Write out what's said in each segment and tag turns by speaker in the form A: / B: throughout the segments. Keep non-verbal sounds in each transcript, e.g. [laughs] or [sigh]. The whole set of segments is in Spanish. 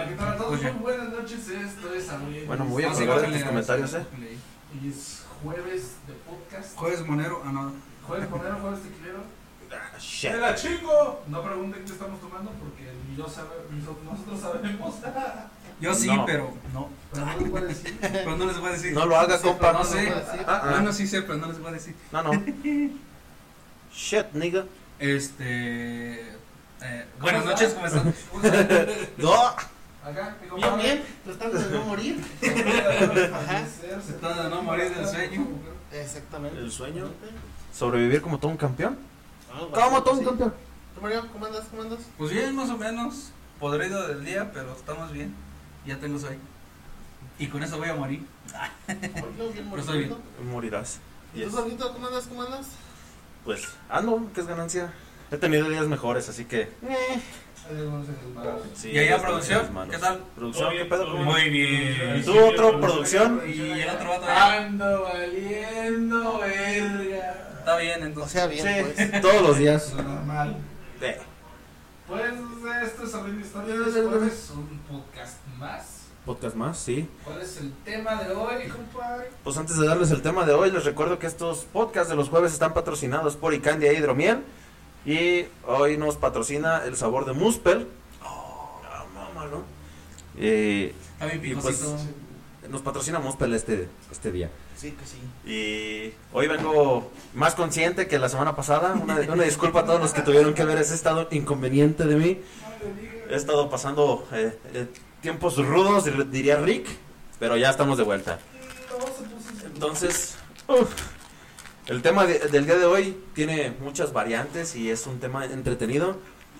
A: bien, buenas noches, esto es Abril.
B: Bueno, voy a
A: Estamos
B: colgar
A: en
C: este
B: estos comentarios, ¿eh?
A: Y es jueves de podcast.
C: Jueves Monero, ah no.
A: Jueves monero, jueves tequilero.
B: Ah,
A: ¡Me
B: shit.
A: la chingo! No pregunten qué estamos tomando porque ni yo sabe, ni so- nosotros sabemos. [laughs]
C: Yo sí,
B: No.
C: pero no.
A: Pero no les voy a decir.
C: Pero no les voy a decir.
B: No lo haga,
C: Sí,
B: compa.
C: pero No sé.
B: Ah, ah.
C: Bueno, sí sé, pero no les voy a decir.
B: No, no. Shit, nigga.
C: Este. eh, buenas noches, ¿cómo están?
B: No.
A: Acá, digo,
D: Bien, bien, tratando de no morir. Ajá.
A: Se
C: Tratando de no morir del sueño.
D: Exactamente.
B: ¿El sueño? ¿Sobrevivir como todo un campeón?
D: Ah, bueno,
B: Como todo un
D: sí.
B: campeón.
D: ¿Tú, Mario, cómo andas? ¿Cómo [laughs] andas?
C: Pues bien, más o menos. Podrido del día, pero estamos bien. Ya tengo soy. Y con eso voy a morir.
D: ¿Por qué bien
C: Yo estoy bien.
D: moribundos?
B: Morirás.
D: ¿Y tú,
B: Yes.
D: Pablito, cómo andas? ¿Cómo andas?
B: Pues, ah, no, que es ganancia. He tenido días mejores, así que. eh, sí,
C: ¿Y allá,
B: ya está
C: producción?
B: en mis manos.
C: ¿Qué tal?
B: ¿Producción?
E: Oye,
B: ¿Qué pedo?
E: todo
B: ¿Cómo
E: bien.
B: va?
C: Muy bien.
B: ¿Y tú, otro, producción?
C: Y el otro vato ya
A: Ando valiendo, verga.
C: está bien, entonces.
D: O sea, bien,
B: Sí,
D: pues.
B: todos los días.
A: Lo normal.
B: Eh,
A: Pues esto es Abril Historia. ¿Cuál es un podcast más?
B: Podcast más, sí.
A: ¿Cuál es el tema de hoy, compadre?
B: Pues antes de darles el tema de hoy, les recuerdo que estos podcasts de los jueves están patrocinados por Icandia Hidromiel. Y hoy nos patrocina el sabor de Muspel. Ah, mamá, ¿no? Y
C: Está bien
B: Y pues-
C: picosito.
B: nos patrocina Muspel este, este día.
D: Sí, que sí.
B: Y hoy vengo más consciente que la semana pasada. Una, una disculpa a todos los que tuvieron que ver ese estado inconveniente de mí. He estado pasando eh, eh, tiempos rudos, dir- diría Rick, pero ya estamos de vuelta. Entonces, uf, el tema de- del día de hoy tiene muchas variantes y es un tema entretenido.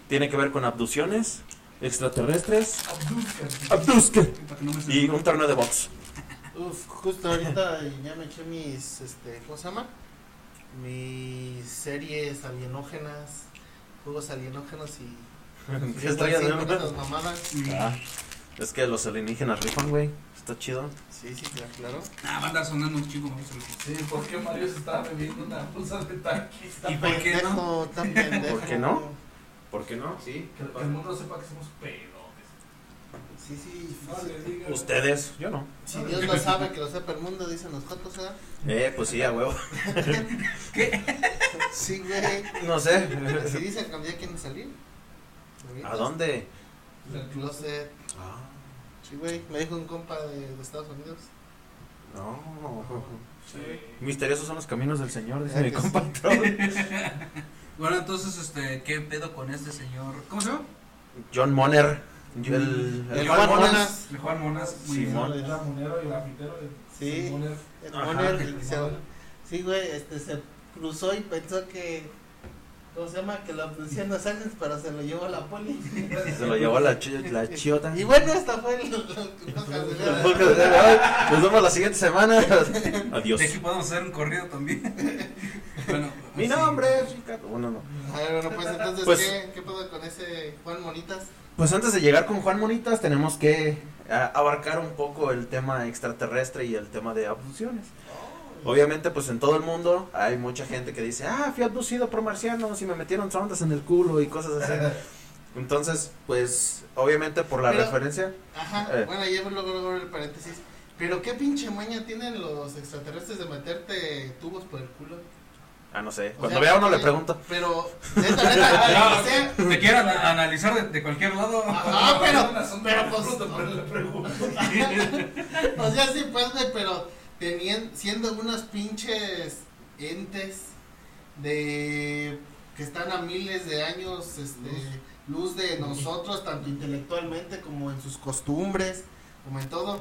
B: Tiene que ver con abducciones, extraterrestres,
A: Abduzcan.
B: abduzque
C: Para que no me
B: y un torneo de box.
D: Uf, justo ahorita ya me eché mis, este, ¿cómo se llama? Mis series alienógenas, juegos alienógenos y...
B: ¿Qué [laughs] está ya, no?
D: Las mamadas.
B: Ah, es que los alienígenas rifan, güey. Está chido.
D: Sí, sí, claro, claro.
C: Ah, va a andar sonando un chico. vamos a ver.
A: Sí, porque Mario se estaba bebiendo una bolsa de taquis.
C: ¿Y por qué no?
D: Pendejo, tan
B: [laughs]
D: pendejo.
B: ¿Por qué no? ¿Por qué no?
D: Sí,
A: Que, que el mundo sepa que somos pedones.
D: sí, sí.
A: No le digas.
B: Ustedes, yo no.
D: Si Dios lo sabe, que lo sepa el mundo, dicen los jotos, ¿ah?
B: Eh, pues sí, a huevo.
D: Sí, güey.
B: [laughs] No sé.
D: Si dicen que ya quieren salir. ¿no?
B: ¿A dónde?
D: Del closet.
B: Ah,
D: Sí, güey. Me dijo un compa de, de Estados Unidos.
B: no.
D: Sí.
B: Misteriosos son los caminos del Señor, dice
D: Ah,
B: mi
D: que sí.
B: compa.
C: Bueno, entonces, este, ¿qué pedo con este señor? ¿Cómo se llama?
B: John Moner. El, el
D: El
B: Juan
D: Juan
B: Moner.
D: Monas.
C: El Juan Monas. Muy bien.
B: Simón.
A: El ramonero y el afitero. el-
D: Sí.
A: el moner.
D: El
B: Ajá.
D: Moner, y se- Sí, güey. Este se cruzó y pensó que. ¿Cómo se llama? Que lo abducían a Sánchez, pero se lo llevó a la poli.
B: Se lo llevó la, chi- la chiota.
D: Y bueno, esta fue el. el-
B: El podcast de hoy. [laughs] Nos vemos la siguiente semana. Adiós.
C: De aquí podemos hacer un corrido también. bueno,
B: Mi
C: sí.
B: nombre es Ricardo. Bueno, no.
D: A ver, bueno, pues entonces,
B: Pues-
D: ¿qué, ¿qué pedo con ese Juan Monitas?
B: Pues antes de llegar con Juan Monitas, tenemos que a- abarcar un poco el tema extraterrestre y el tema de abducciones. Obviamente, pues en todo el mundo hay mucha gente que dice, ah, fui abducido por marcianos y me metieron sondas en el culo y cosas así. Entonces, pues, obviamente por la
D: Pero-
B: referencia,
D: Ajá,
B: Eh.
D: bueno, ahí luego, luego el paréntesis. Pero qué pinche maña tienen los extraterrestres de meterte tubos por el culo.
B: ah, no sé,
D: O
B: cuando
D: sea,
B: vea
D: ¿qué
B: uno le
D: tiene?
B: pregunto,
D: Pero, neta, ah, neta, [laughs] no sé.
C: Te quiero ana- analizar de, de cualquier lado.
A: Una
D: Ajá, [laughs] pero,
A: sonda
D: pero
A: de fruta, pero
D: pues.
A: le pregunto.
D: [laughs] O sea, sí, pues, güey, pero tenían, siendo unos pinches entes de. que están a miles de años, este. Luz de nosotros, tanto intelectualmente como en sus costumbres, como en todo.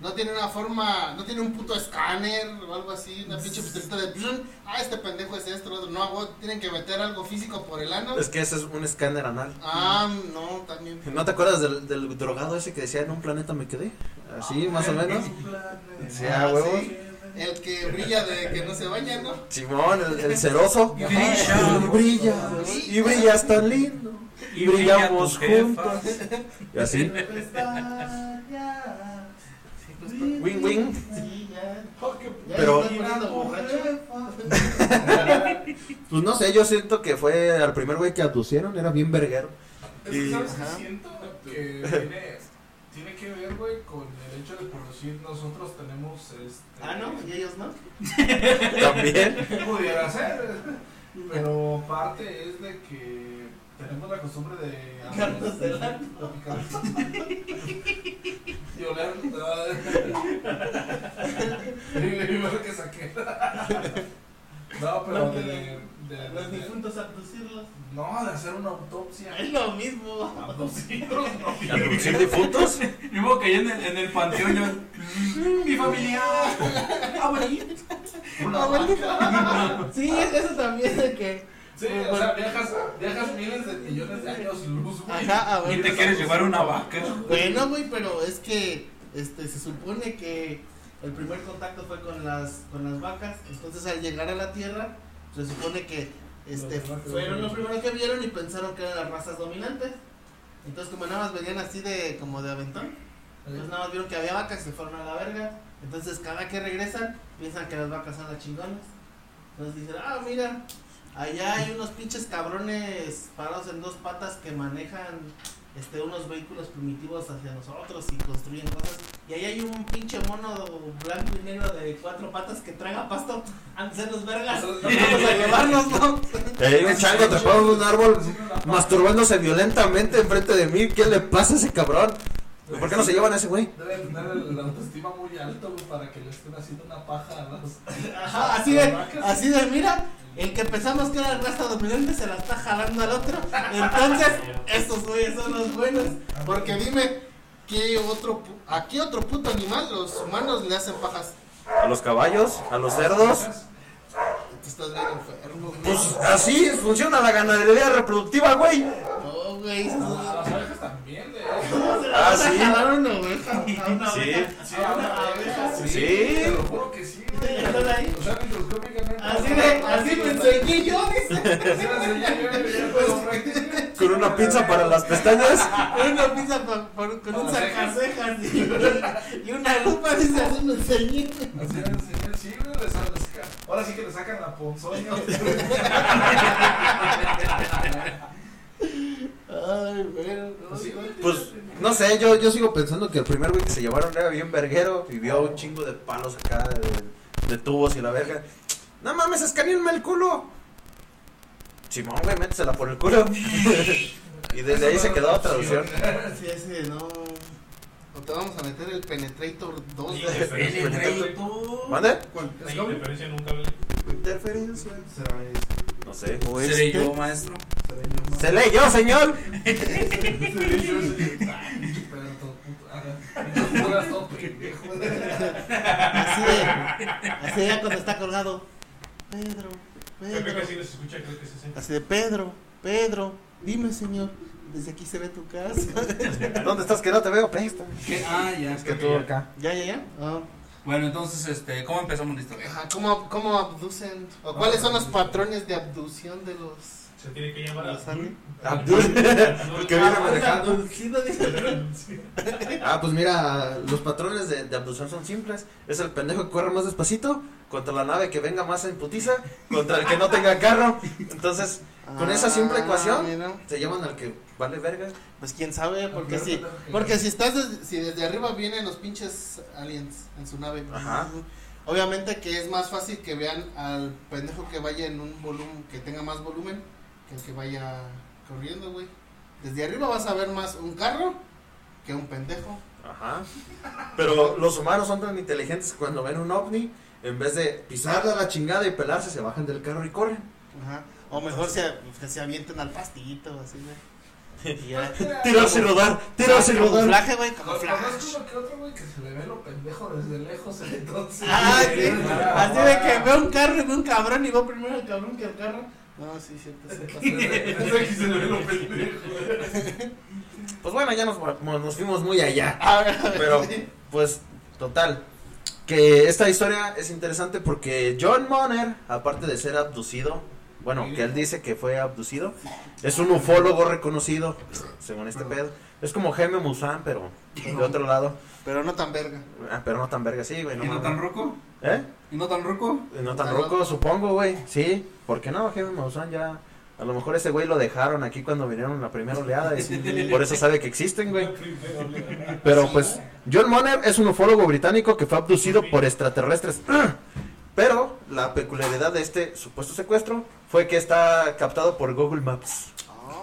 D: No tiene una forma, no tiene un puto escáner o algo así, una pinche pistolita de. plum, Ah, este pendejo es esto, lo otro. No, a huevo, tienen que meter algo físico por el ano.
B: es que ese es un escáner anal.
D: Ah, no, también.
B: ¿No te acuerdas del, del drogado ese que decía en un planeta me quedé? Así, más o menos. Sí, ah,
D: Ah,
B: huevos.
D: sí. El que brilla de que no se baña, ¿no?
B: Simón, el, el ceroso.
C: Y brilla.
B: Y brilla. Y brillas tan lindo. Y brillamos
C: brilla tu
B: juntos. Y así.
D: Sí, pues,
B: Wing wing.
D: Sí, ya. Ya
B: Pero-
D: se está poniendo borracho.
B: [laughs] Pues no sé, yo siento que fue al primer güey que abducieron, era bien verguero.
A: Es que, ¿Sabes qué
D: Ajá.
A: siento? Que viene tiene que ver, güey, con el hecho de producir. Nosotros tenemos este.
D: Ah,
A: [laughs]
D: no, y ellos no.
B: También.
A: Pudiera ser. Pero parte es de que tenemos la costumbre de.
D: Picarnos el ano.
A: De picar-
D: [laughs]
A: Y oler. no. Y lo primero que saqué. No, pero
D: No,
A: de,
D: pero- pues,
A: de- de-
D: Los
A: de-
D: difuntos abducirlos.
A: No, de hacer una
D: [laughs]
A: autopsia.
D: Es lo mismo.
A: Abducirlos,
B: ¿A
C: [laughs]
B: producir difuntos?
C: Yo me caí en el, en el panteón. Yo, "Mm, mi familia. Abuelito.
A: no. Una
D: Abuelito. [laughs] Sí, eso también de que.
A: Sí, o sea, viajas, viajas miles de millones de años luz, güey.
D: Ajá, a ver.
C: ¿Y
A: pues,
C: te quieres llevar una vaca?
D: Bueno, güey, pero es que este se supone que el primer contacto fue con las con las vacas, entonces al llegar a la Tierra se supone que este
A: Los vacas.
D: fueron los primeros que vieron y pensaron que eran las razas dominantes. Entonces como nada más venían así de como de aventón,
A: pues,
D: entonces nada más vieron que había vacas y se fueron a la verga. Entonces cada que regresan piensan que las vacas son las chingonas. Entonces dicen, "Ah, mira, allá hay unos pinches cabrones parados en dos patas que manejan este, unos vehículos primitivos hacia nosotros y construyen cosas. Y ahí hay un pinche mono blanco y negro de cuatro patas que traga pasto antes de los vergas.
A: Eso es-
D: Vamos a llevarnos, ¿no?
B: Hay un chango trepado en un árbol masturbándose violentamente enfrente de mí. ¿Qué le pasa a ese cabrón? ¿Por qué no se llevan a ese güey?
A: Debe tener el- la autoestima muy alto, güey, para que le estén haciendo una paja a los.
D: Ajá, así de, así de, mira, el que pensamos que era el raza dominante se la está jalando al otro. Entonces, estos güeyes son los buenos. Porque dime, ¿qué otro, pu- ¿a qué otro puto animal los humanos le hacen pajas?
B: ¿A los caballos? ¿A los cerdos?
D: Tú estás bien enfermo, güey.
B: Pues así funciona la ganadería reproductiva, güey.
D: No, güey. eso
A: A
D: es-
A: las ovejas también, de
B: Ah,
D: Se
B: sí.
D: la jalar una oveja. a una
B: Sí.
C: [laughs]
D: oveja.
A: Sí, Ah,
D: A
A: a
D: una
A: las
D: oveja.
A: ovejas, sí.
B: Sí.
A: Te lo juro que sí, güey.
D: Déjala ahí.
A: O sea, microscópicamente.
D: Así de, así me enseñé yo, dice.
A: Así la enseñé yo, güey, ya te lo
D: Pues, [laughs]
A: practiqué.
B: Con una pinza para las pestañas.
D: Con una pizza pa- por- con un
A: Con las cejas.
D: sacasejas y, y una lupa, dice, así me enseñé.
A: Así la enseñé, sí, güey, le sa- le saca- Ahora sí que le sacan la ponzoña. güey.
D: [laughs] Ay, bueno.
A: Así, güey.
B: Pues no sé, yo, yo sigo pensando que el primer güey que se llevaron era bien verguero y vio un chingo de palos acá, de, de tubos y la verga. No mames, escaneanme el culo. Simón, güey, métesela por el culo. [laughs] y desde ahí se quedó la traducción.
D: Sí, ese, no. O te vamos a meter el Penetrator 2.
E: Sí, güey.
B: ¿Mande? Pues este.
E: Hay interferencia en un cable.
B: Interferencia.
A: Será este,
B: No sé.
C: Seré
D: este.
C: yo, maestro.
A: será yo, ma-
B: Se leyó, señor.
A: Seré yo, sí. Ay, pero todo puto- ah, no, juras todo pendejo.
D: Así de, así ya cuando está colgado. Pedro,
E: Creo
D: Pedro.
E: que sí les escucha, creo que es ese.
D: Así de, Pedro, Pedro, dime, señor. Desde aquí se ve tu casa.
B: ¿Dónde estás que no te veo? Pues Presta.
C: ¿Qué? Ah, ya.
B: Es que tú acá.
D: ya, ya, ya. Ah.
C: Bueno, entonces, este, ¿cómo empezamos la
B: Ah,
C: historia?
D: Ajá, ¿cómo, ¿Cómo abducen? ¿O
A: Ah,
D: cuáles son los
A: sí.
D: patrones de abducción de los.?
E: Se tiene que llamar
D: ¿Los sale?
E: Abdul.
B: Abdul. Porque viene
D: Ah,
B: manejando.
D: abducido, dice.
B: Ah, pues mira, los patrones de, de abducción son simples. Es el pendejo que corre más despacito contra la nave que venga más en putiza, contra el que no tenga carro. Entonces, Con esa simple ecuación.
D: Ah, mira.
B: se llaman al que vale verga.
D: Pues quién sabe, porque
A: Aunque
D: si,
A: no te-
D: porque si estás, des- si desde arriba vienen los pinches aliens en su nave.
B: Ajá.
D: Obviamente que es más fácil que vean al pendejo que vaya en un volumen, que tenga más volumen, que el que vaya corriendo, güey. Desde arriba vas a ver más un carro que un pendejo.
B: Ajá. Pero los humanos son tan inteligentes que cuando ven un ovni, en vez de pisarle a la chingada y pelarse, se bajan del carro y corren.
D: Ajá. O mejor se, que se avienten al pastillito, así, güey. [laughs] Y ya.
B: Tirarse y rodar, tirarse y rodar.
D: Camuflaje, güey,
A: Con-
D: camuflaje.
A: Conozco uno que otro, güey, que se le ve lo pendejo desde lejos, entonces.
D: Ah, sí.
A: Ah,
D: Así de que veo un carro y veo un cabrón y veo primero el cabrón que el carro. No, sí, cierto, se
A: Entonces aquí se le ve lo pendejo.
B: Pues bueno, ya nos, nos fuimos muy allá. Pero,
D: Pero.
B: pues, total. Que esta historia es interesante porque John Moner, aparte de ser abducido, bueno, que él dice que fue abducido, es un ufólogo reconocido, según este pedo. Es como Jaime Musan, pero de otro lado.
D: Pero no tan verga.
B: Ah, pero no tan verga, sí, güey. No,
C: ¿Y no tan
B: mames.
C: roco?
B: ¿Eh?
C: ¿Y no tan roco?
B: No tan roco, supongo, güey. Sí, ¿por qué no? Jaime Maussan ya A lo mejor ese güey lo dejaron aquí cuando vinieron la primera oleada y por eso sabe que existen, güey. Pero pues, John Moner es un ufólogo británico que fue abducido por extraterrestres. [clears throat] Pero la peculiaridad de este supuesto secuestro fue que está captado por Google Maps.
D: Ah.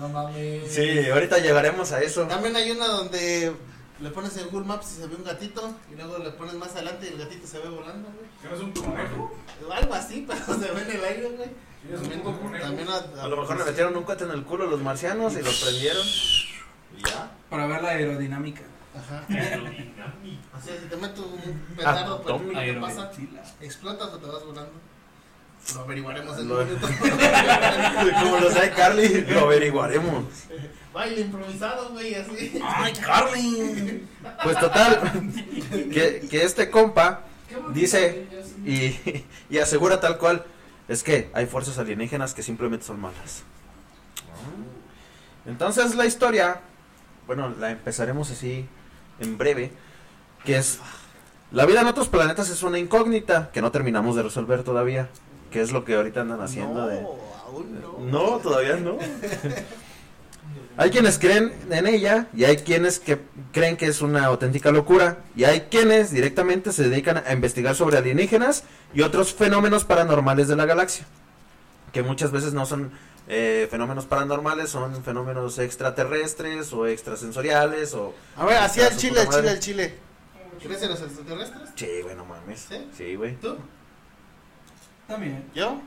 A: No mames.
B: Sí, ahorita llegaremos a eso.
D: También hay una donde le pones en Google Maps y se ve un gatito y luego le pones más adelante y el gatito se ve volando, güey.
E: ¿Eres un conejo?
D: O Algo así, [laughs] pero se ve en el aire, güey.
E: ¿Eres un
D: También-
E: conejo?
D: también a,
B: A lo mejor le metieron un cohete en el culo a los marcianos y los prendieron. Y ya. [laughs]
C: Para ver la aerodinámica.
D: Ajá.
E: Aerodinámico.
D: O sea, si te meto
B: Ah,
D: un petardo, pues
B: Atómico.
D: ¿qué te pasa?
C: Aerodinámica.
D: ¿Explotas o te vas volando? Lo averiguaremos en
B: Lo-
D: un minuto.
B: [laughs] Como lo sabe Carly, lo averiguaremos.
D: Baile improvisado, güey, así.
C: ¡Ay, Carly!
B: Pues total, que, que este compa
A: Qué bonito,
B: Dice-
A: güey, es un-
B: y, y asegura tal cual, es que hay fuerzas alienígenas que simplemente son malas. Entonces la historia, bueno, la empezaremos así en breve, que es, la vida en otros planetas es una incógnita que no terminamos de resolver todavía, que es lo que ahorita andan [laughs] haciendo
D: no,
B: de...
D: aún no.
B: No, todavía no. Hay quienes creen en ella y hay quienes que creen que es una auténtica locura y hay quienes directamente se dedican a investigar sobre alienígenas y otros fenómenos paranormales de la galaxia, que muchas veces no son eh, fenómenos paranormales, son fenómenos extraterrestres o extrasensoriales o...
D: A ver, así al
B: Su
D: chile, al
B: puta
D: chile,
B: madre.
D: al chile. ¿Crees en los extraterrestres?
B: Che, güey, no mames.
D: ¿Sí?
B: Sí, güey.
D: ¿Tú?
C: También.
D: ¿Yo?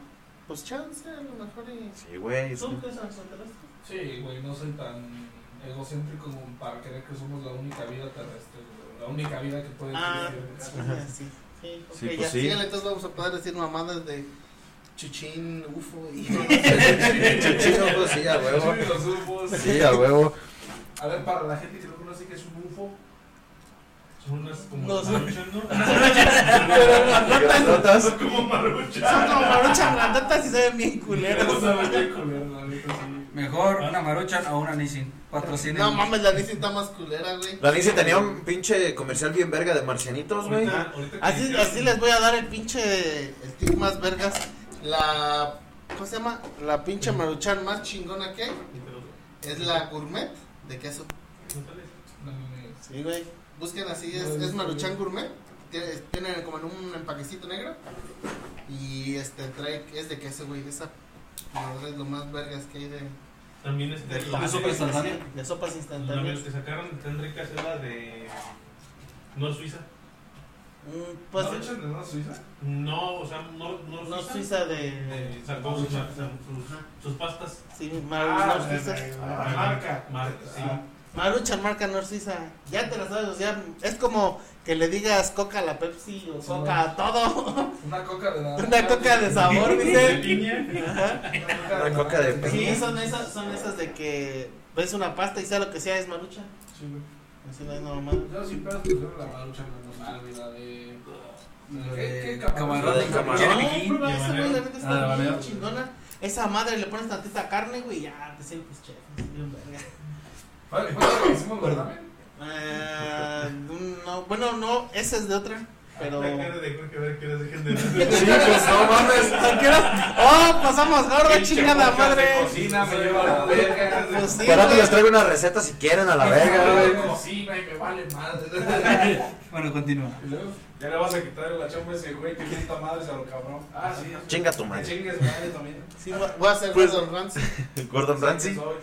D: Pues chance, a lo mejor. Y...
B: Sí, güey. es-
D: ¿Tú crees en los extraterrestres?
A: Sí, güey, no soy tan egocéntrico como para creer que somos la única vida terrestre, güey, La única vida que puede
D: Ah, sí,
A: existir.
D: sí. Sí, ok,
B: Sí, pues
D: ya,
B: sí.
D: síguele, entonces vamos a poder decir mamadas de chuchín, ufo y... [laughs]
B: Chuchino, pues, [laughs] sí, a huevo.
A: Sí, los ufos.
B: Sí, a huevo.
A: A ver, para la gente que no conoce que es un UFO,
E: Son unas como
D: No, son-
E: maruchas, ¿no?
B: Grandotas.
E: Son como
D: Son
E: maruchas.
D: como maruchas grandotas y se ven bien culeros.
A: no sabe qué culero, la neta, sí.
C: Mejor una Maruchan o una Nissin. Patrocinen.
D: No mames, la Nissin está más culera, güey.
B: La Lindsay tenía un pinche comercial bien verga de marcianitos, Pues, güey.
E: Ahorita- ahorita que
D: Así,
E: dijeron-
D: así les voy a dar el pinche, el tip más vergas. La, ¿cómo se llama? La pinche maruchan más chingona que hay es la gourmet de queso.
A: No mames.
D: Sí, güey. Busquen así, es, es maruchan gourmet. Tiene, tiene como en un empaquecito negro. Y este trae, es de queso, güey. Esa madre es lo más vergas que hay de,
E: También este,
D: de,
E: la
C: sopa instantánea?
D: De sopas
E: la
D: instantáneas.
E: que sacaron tan rica es la de. No Suiza.
D: Mm, pues
A: ¿No echan de nada a Suiza?
E: No, o sea, no, no,
D: no
E: Suiza.
D: suiza de.
E: Eh, sacó sus, sus- sus pastas.
D: Sí, Maruchan no suiza.
A: Ah, marca.
E: Marca, sí.
A: Ah.
D: Maruchan marca no suiza. Ya te la sabes, o sea, es como que le digas coca a la Pepsi o coca a todo.
A: Una coca de nada.
D: Una coca de sabor,
E: De
D: dice.
E: piña.
D: Ajá.
B: Una coca de
A: naranja.
D: [laughs] Sí, son esas, son esas de que ves una pasta y sea lo que sea es marucha.
A: Sí, güey.
D: Así no es normal.
A: Yo sin pedos prefiero la marucha normal, güey, la de... ¿Qué, qué
C: Camarón de
B: Camarón.
C: camarón.
D: No, prueba esa, güey, la neta
C: Ah, de
D: está bien
C: habanero.
D: chingona. Esa madre le pones tantita carne, güey, ya te sirves chef. bien verga.
A: ¿Cuál cuál es lo que hicimos, verdad?
D: Ah, no, bueno, no, esa es de otra, pero.
E: La cara de Jorge, a ver que las dejen de
B: Sí, pues no mames.
D: ¿A qué hora? ¡Oh, pasamos gorda, chingada madre!
A: Cocina, me lleva a la verga.
D: Pues sí,
B: Para
D: güey.
B: les traigo una receta si quieren a la verga, güey.
A: Cocina y me vale madre.
C: Bueno, continúa.
A: Y luego, Ya le vas a quitar la chamba a ese güey que grita madres a lo cabrón. Ah, sí. eso.
B: Chinga tu madre.
A: Que Chingues madre también.
D: Sí, voy voy a hacer
B: Pues-
D: Gordon Ramsay.
B: Gordon Ramsay.
A: Soy-
B: Oh.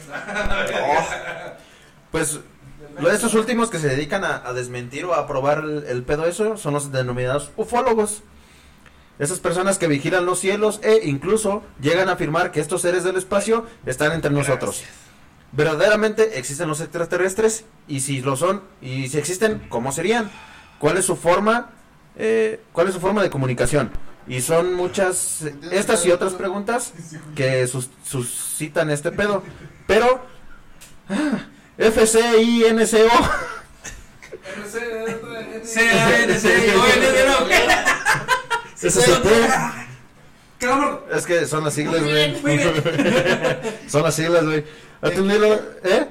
B: Pues lo de estos últimos que se dedican a, a desmentir o a probar el, el pedo eso son los denominados ufólogos. Esas personas que vigilan los cielos e incluso llegan a afirmar que estos seres del espacio están entre nosotros. ¿Verdaderamente existen los extraterrestres? Y si lo son, y si existen, ¿cómo serían? ¿Cuál es su forma? eh, ¿Cuál es su forma de comunicación? Y son muchas eh, estas y otras preguntas que sus- suscitan este pedo. Pero ah, FCINCO
A: RCR,
C: C-A-N-C-I-O-N-D-O. ¡Cabrón!
B: Es que son las siglas,
C: Muy bien, muy
B: güey. [laughs] Son las siglas, güey. Atendido, ¿eh?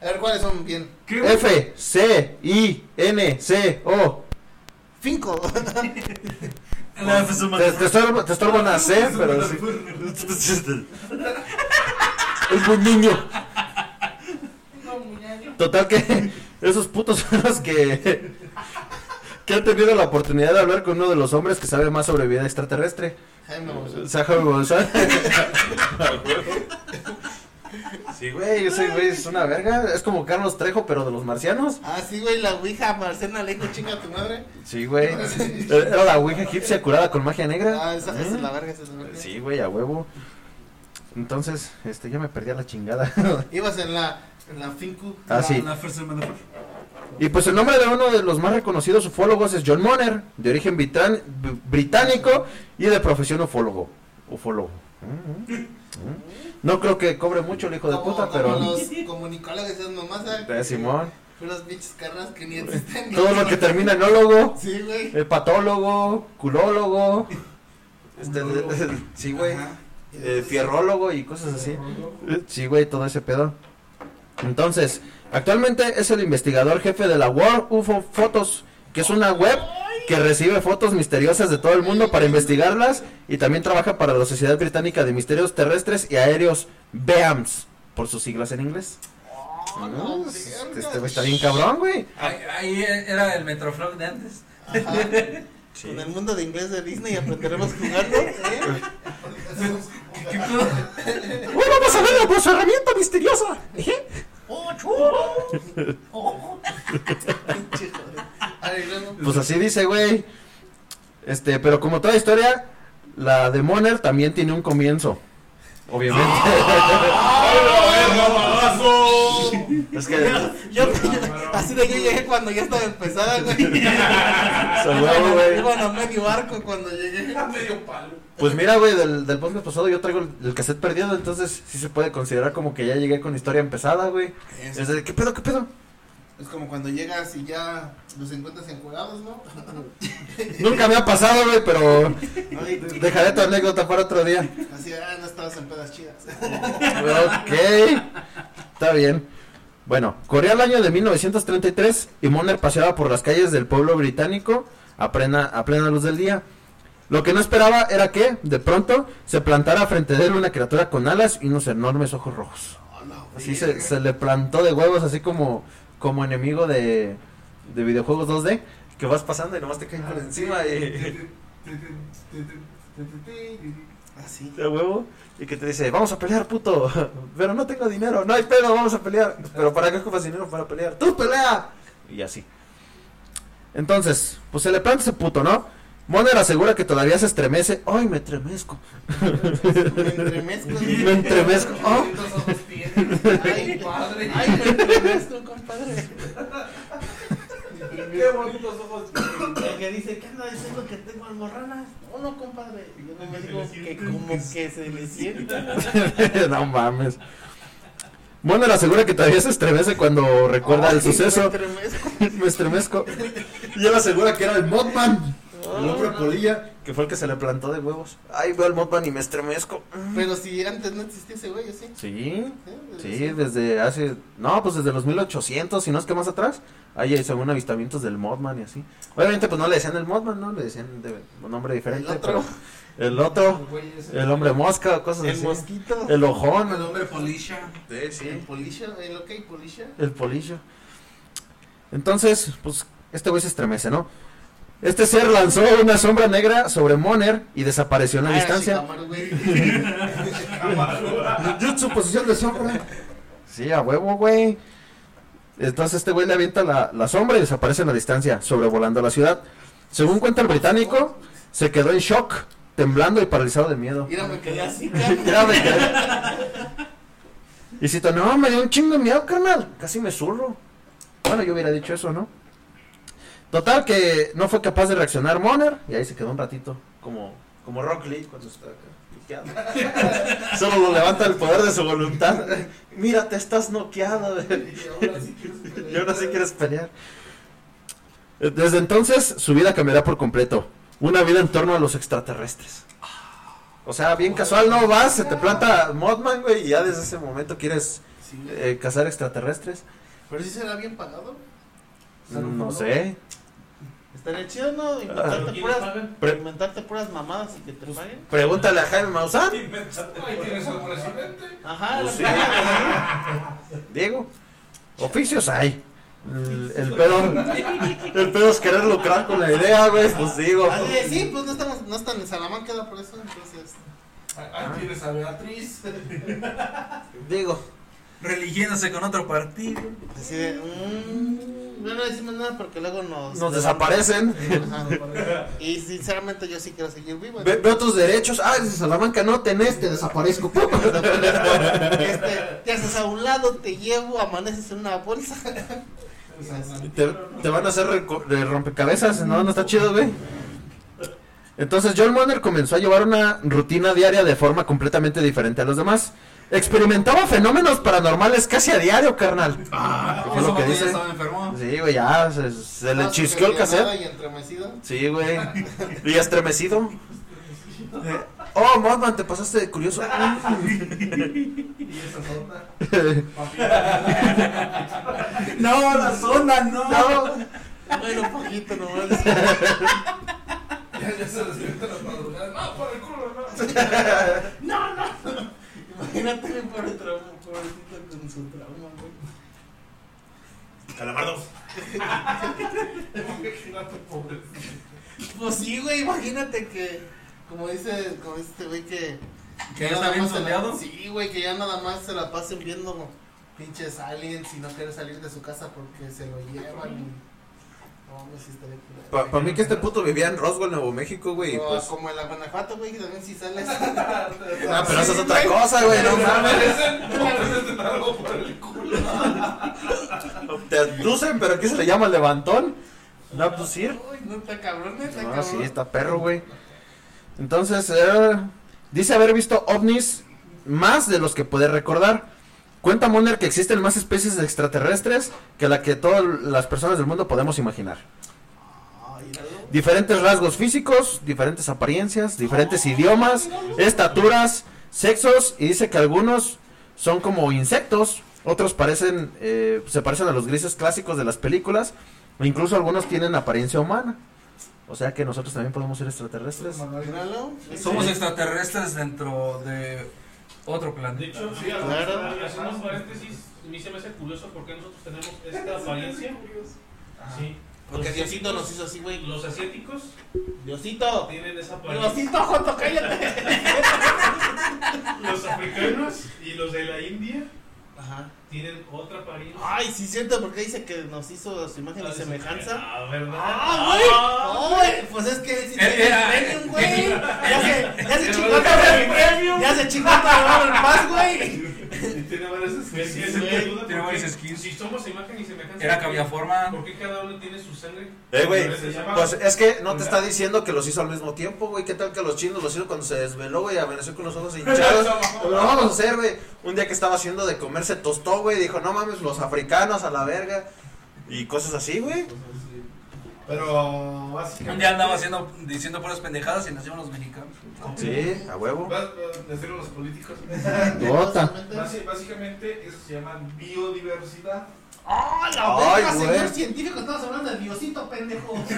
D: A ver cuáles son bien.
C: ¿Qué?
B: F C I N C O
D: [laughs]
F: Cinco.
C: La- pues,
B: Te, te estorbo- te estorban a hacer, pero
C: [laughs]
B: sí. Es un niño. Total que esos putos son los que que han tenido la oportunidad de hablar con uno de los hombres que sabe más sobre vida extraterrestre.
D: Jaime Bonzo.
B: O sea, Jaime Bonzón. [laughs] Sí, güey, ese güey es una verga. Es como Carlos Trejo, pero de los marcianos.
D: Ah, sí, güey, la ouija, Marcena le dijo chinga a tu madre.
B: Ah, Sí, güey. Era la Ouija egipcia curada con magia negra.
D: Ah, esa esa es
B: Mm.
D: la verga, esa es la verga.
B: Sí, güey, a huevo. Entonces, este, ya me perdí a la [laughs] chingada.
D: Ibas en la, en la Fincu.
B: Ah,
D: la-
B: sí.
C: La first hermana.
B: Y pues el nombre de uno de los más reconocidos ufólogos es John Moner, de origen britan- b- británico y de profesión ufólogo. Ufólogo. Mm, mm, mm. No creo que cobre mucho el hijo de
D: como-
B: puta,
D: Como
B: pero...
D: los comunicólogos, esas mamás, ¿sabes?
B: De Simón.
D: Unas pinches carras que ni existen.
B: Todo lo que termina en ólogo,
D: Sí, güey.
B: eh, patólogo, culólogo. Este, sí, güey.
C: Ajá.
B: eh, fierrólogo y cosas así. Sí, güey, todo ese pedo. Entonces, actualmente es el investigador jefe de la World UFO Photos, que es una web que recibe fotos misteriosas de todo el mundo para investigarlas y también trabaja para la Sociedad Británica de Misterios Terrestres y Aéreos, BEAMS, por sus siglas en inglés.
D: Oh,
B: No,
D: no,
B: este
D: verga.
B: este güey está bien cabrón, güey.
C: Ahí, ahí era el Metroflog de antes.
D: Ah.
C: [laughs]
D: Ajá. Con el mundo de inglés de Disney aprenderemos
B: [laughs]
D: jugando. ¿eh?
C: ¿Qué pedo?
B: Hoy vamos a ver la su herramienta misteriosa. ¿Eh?
D: Pinche joder. Arreglamos.
B: Pues así dice, güey. Este, pero como toda historia, la de Moner también tiene un comienzo. Obviamente. ¡Ah, es que.
D: Yo, yo- así de yo llegué cuando ya estaba empezada,
B: [laughs]
D: güey.
B: se huevo, güey.
D: Iban a medio barco cuando llegué.
E: medio palo.
B: Pues mira, güey, del, del podcast pasado yo traigo el, el cassette perdido, entonces sí se puede considerar como que ya llegué con historia empezada, güey.
D: Es,
B: Es de, ¿qué pedo, qué pedo?
D: es como cuando llegas y ya los encuentras encuadrados,
B: [laughs]
D: ¿no?
B: Nunca me ha pasado, güey, pero
D: Ay,
B: dejaré tu anécdota para otro día.
D: Así, ah, no estabas en pedas chidas. [laughs]
B: Ok, está bien. Bueno, corría el año de 1933 y Moner paseaba por las calles del pueblo británico a plena, a plena luz del día. Lo que no esperaba era que, de pronto, se plantara frente de él una criatura con alas y unos enormes ojos rojos. Así se, se le plantó de huevos, así como, como enemigo de, de videojuegos 2D. Que vas pasando y nomás te caen por encima y
D: Así.
B: de huevo. Y que te dice, vamos a pelear, puto. [laughs] Pero no tengo dinero, no hay pedo, vamos a pelear. Pero ¿para qué ocupas dinero para pelear? ¡Tú pelea! Y así. Entonces, pues se le planta ese puto, ¿no? Moner asegura que todavía se estremece. ¡Ay, me estremezco! [laughs]
D: Me entremezco.
C: [laughs]
B: Me estremezco. ¡Oh!
D: Ay, [laughs] padre. Ay, me entremezco, compadre.
E: Qué bonitos ojos.
D: El que dice, ¿qué anda diciendo que tengo almorranas? No, no, compadre. Y Yo no me digo que como que se le sienta.
B: no mames. Moner asegura que todavía se estremece cuando recuerda
D: Ay,
B: el suceso.
D: Me entremezco.
B: [laughs] me estremezco. Y él asegura que era el Mothman. El hombre polilla. Que fue el que se le plantó de huevos. Ay, veo al Mothman y me estremezco.
D: Pero si antes no existía ese güey, yo sí.
B: Sí,
D: ¿Eh?
B: sí, desde hace. No, pues desde los 1800, si no es que más atrás. Ahí hay según avistamientos del Mothman y así. Obviamente, pues no le decían el Mothman, ¿no? Le decían de un nombre diferente.
D: El otro.
B: pero el otro, el hombre mosca, cosas
D: El
B: así.
D: mosquito.
B: El ojón.
C: El hombre polisha.
B: Sí,
D: El polisha, el ok polisha.
B: El polillo. Entonces, pues, este güey se estremece, ¿no? Este ser lanzó una sombra negra sobre Moner y desapareció en la
D: Ah,
B: distancia.
D: Shikamaru,
F: [laughs]
D: güey.
B: Jutsu, posición de sombra. Sí, a huevo, güey. Entonces este güey le avienta la, la sombra y desaparece en la distancia, sobrevolando la ciudad. Según cuenta el británico, se quedó en shock, temblando y paralizado de miedo.
D: Mira, me quedé así,
B: Ya me quedé. Y si tú, no, me dio un chingo de miedo, carnal. Casi me zurro. Bueno, yo hubiera dicho eso, ¿no? Total, que no fue capaz de reaccionar Moner. Y ahí se quedó un ratito. Como, como Rock Lee cuando está acá. [laughs] noqueado. Solo lo levanta el poder de su voluntad. Mira, te estás noqueado. Y ahora sí quieres pelear. Desde entonces, su vida cambiará por completo. Una vida en torno a los extraterrestres. O sea, bien casual, no vas, se te planta Mothman, güey, y ya desde ese momento quieres
D: Sí, güey.
B: eh, cazar extraterrestres.
D: Pero si será bien pagado.
B: No Mm, sé.
F: Estaría chido, ¿no?
E: ¿Pero
F: Inventarte
E: quiénes
F: puras,
E: pagan?
B: Pre- Pues,
F: inventarte puras mamadas y que te paguen.
B: Pregúntale a Jaime Maussan.
A: Ahí tienes al presidente.
F: Ajá,
B: Pues [laughs]
F: la verdad,
B: Diego, oficios hay. El, el pedo, [laughs] el pedo es querer lucrar con la idea, güey. Pues digo.
D: Ah, sí, sí, pues no estamos, no están en Salamanca era por eso, entonces.
A: Ahí tienes a
B: [laughs]
A: Beatriz.
B: Diego.
C: Religiéndose con otro partido.
F: Así de, mm, no, no decimos nada porque luego nos.
B: Nos desaparecen.
F: Ajá. Y sinceramente yo sí quiero seguir vivo.
B: Ve- Veo tus derechos. Ah, si Salamanca no tenés, te desaparezco. [laughs]
F: Este, te haces a un lado, te llevo, amaneces en
B: [laughs]
F: una bolsa.
B: Te, te van a hacer reco- de rompecabezas, no, no está chido, güey. Entonces John Moner comenzó a llevar una rutina diaria de forma completamente diferente a los demás. Experimentaba fenómenos paranormales casi a diario, carnal. Ah, ¿qué fue lo que
C: ya
B: dice?
C: estaba enfermo.
B: Sí, güey, ya se, se le
D: Ah,
B: chisqueó el
D: supervisionado
B: cassette.
D: Y entremecido.
B: Sí, güey. Y estremecido. Eh, Oh, Mothman, te pasaste de curioso.
A: Y esa sonda.
C: No, la zona, no.
F: Bueno, poquito nomás.
A: Ya, ya se despierta las madrugadas. No, por el culo, no.
F: Imagínate mi pobre trauma, pobrecito con su trauma, güey.
E: Calamardos.
A: Imagínate, pobre.
F: Pues sí, güey,
D: Imagínate que, como dice, como dice este güey que.
C: ¿Que ya está bien
D: se
C: soleado?
D: la, Sí, güey, que ya nada más se la pasen viendo pinches aliens y no quiere salir de su casa porque se lo llevan. Y... No, güey, sí estaría culero.
B: Para mí que este puto vivía en Roswell, Nuevo México, güey. y
D: O
B: Pues...
D: Como el de Guanajuato, güey, que también si sales.
B: Ah, pero eso es otra cosa, güey. No mames.
A: No, algo por el culo.
B: Te abducen, pero ¿qué se le llama? ¿Levantón? ¿No abducir?
D: Uy, no está cabrón, no está
B: No,
D: cabrón.
B: sí, está perro, güey. Entonces, eh, dice haber visto ovnis más de los que puede recordar. Cuenta Moner que existen más especies de extraterrestres que la que todas las personas del mundo podemos imaginar.
D: Ah, míralo.
B: Diferentes rasgos físicos, diferentes apariencias, diferentes idiomas, estaturas, sexos y dice que algunos son como insectos, otros parecen eh, se parecen a los grises clásicos de las películas, e incluso algunos tienen apariencia humana. O sea que nosotros también podemos ser extraterrestres.
D: Míralo.
C: Somos extraterrestres dentro de otro
E: De
C: planeta.
E: hecho, sí,
F: Claro.
E: hacemos paréntesis. A mí se me hace curioso porque nosotros tenemos esta apariencia. Sí.
F: Porque
E: Los-
F: Diosito nos hizo así, güey.
E: Los asiáticos
F: Diosito.
E: tienen esa apariencia.
F: Diosito, Joto, cállate.
E: Los africanos y los de la India
F: Ajá.
E: tienen otra apariencia.
F: Ay, sí, siento, porque dice que nos hizo su imagen y Ah, semejanza.
E: Ah, ¿verdad?
F: Ah, güey. No, güey. Pues es que él sí
C: Él
F: tiene el
C: era-
F: premium, güey. Ya se, ya se
E: Pero
F: chingó
E: no
F: cabrón,
E: tiene premium.
F: Ya se chingó cabrón el más, güey.
E: Y tiene varias esquinas.
C: Sí, güey, tiene varias skins.
E: Si somos imagen y semejanza.
C: Era
E: ¿por qué-
C: caviaforma.
E: ¿Por qué cada uno tiene su sangre?
B: Eh, güey,
E: Se llama-
B: pues es que no te está diciendo que los hizo al mismo tiempo, güey. ¿Qué tal que los chinos los hizo cuando se desveló, güey? Amaneció con los
E: [laughs]
B: ojos hinchados. Lo vamos a hacer, güey. Un día que estaba haciendo de comer se tostó, güey. Dijo, no mames, los africanos a la verga. Y cosas así, güey.
D: Pero
C: Un
D: básicamente.
C: día andaba haciendo, diciendo puras pendejadas y nacieron los mexicanos.
B: Sí, a huevo.
A: Vas- vas- Decirlo a los políticos.
B: Bota.
A: Basi- Básicamente, eso se llama biodiversidad.
D: ¡Ah, la
B: Ay,
D: verga,
B: güey.
D: señor científico! Estamos hablando de Diosito, pendejo.
C: [laughs]
D: Sí,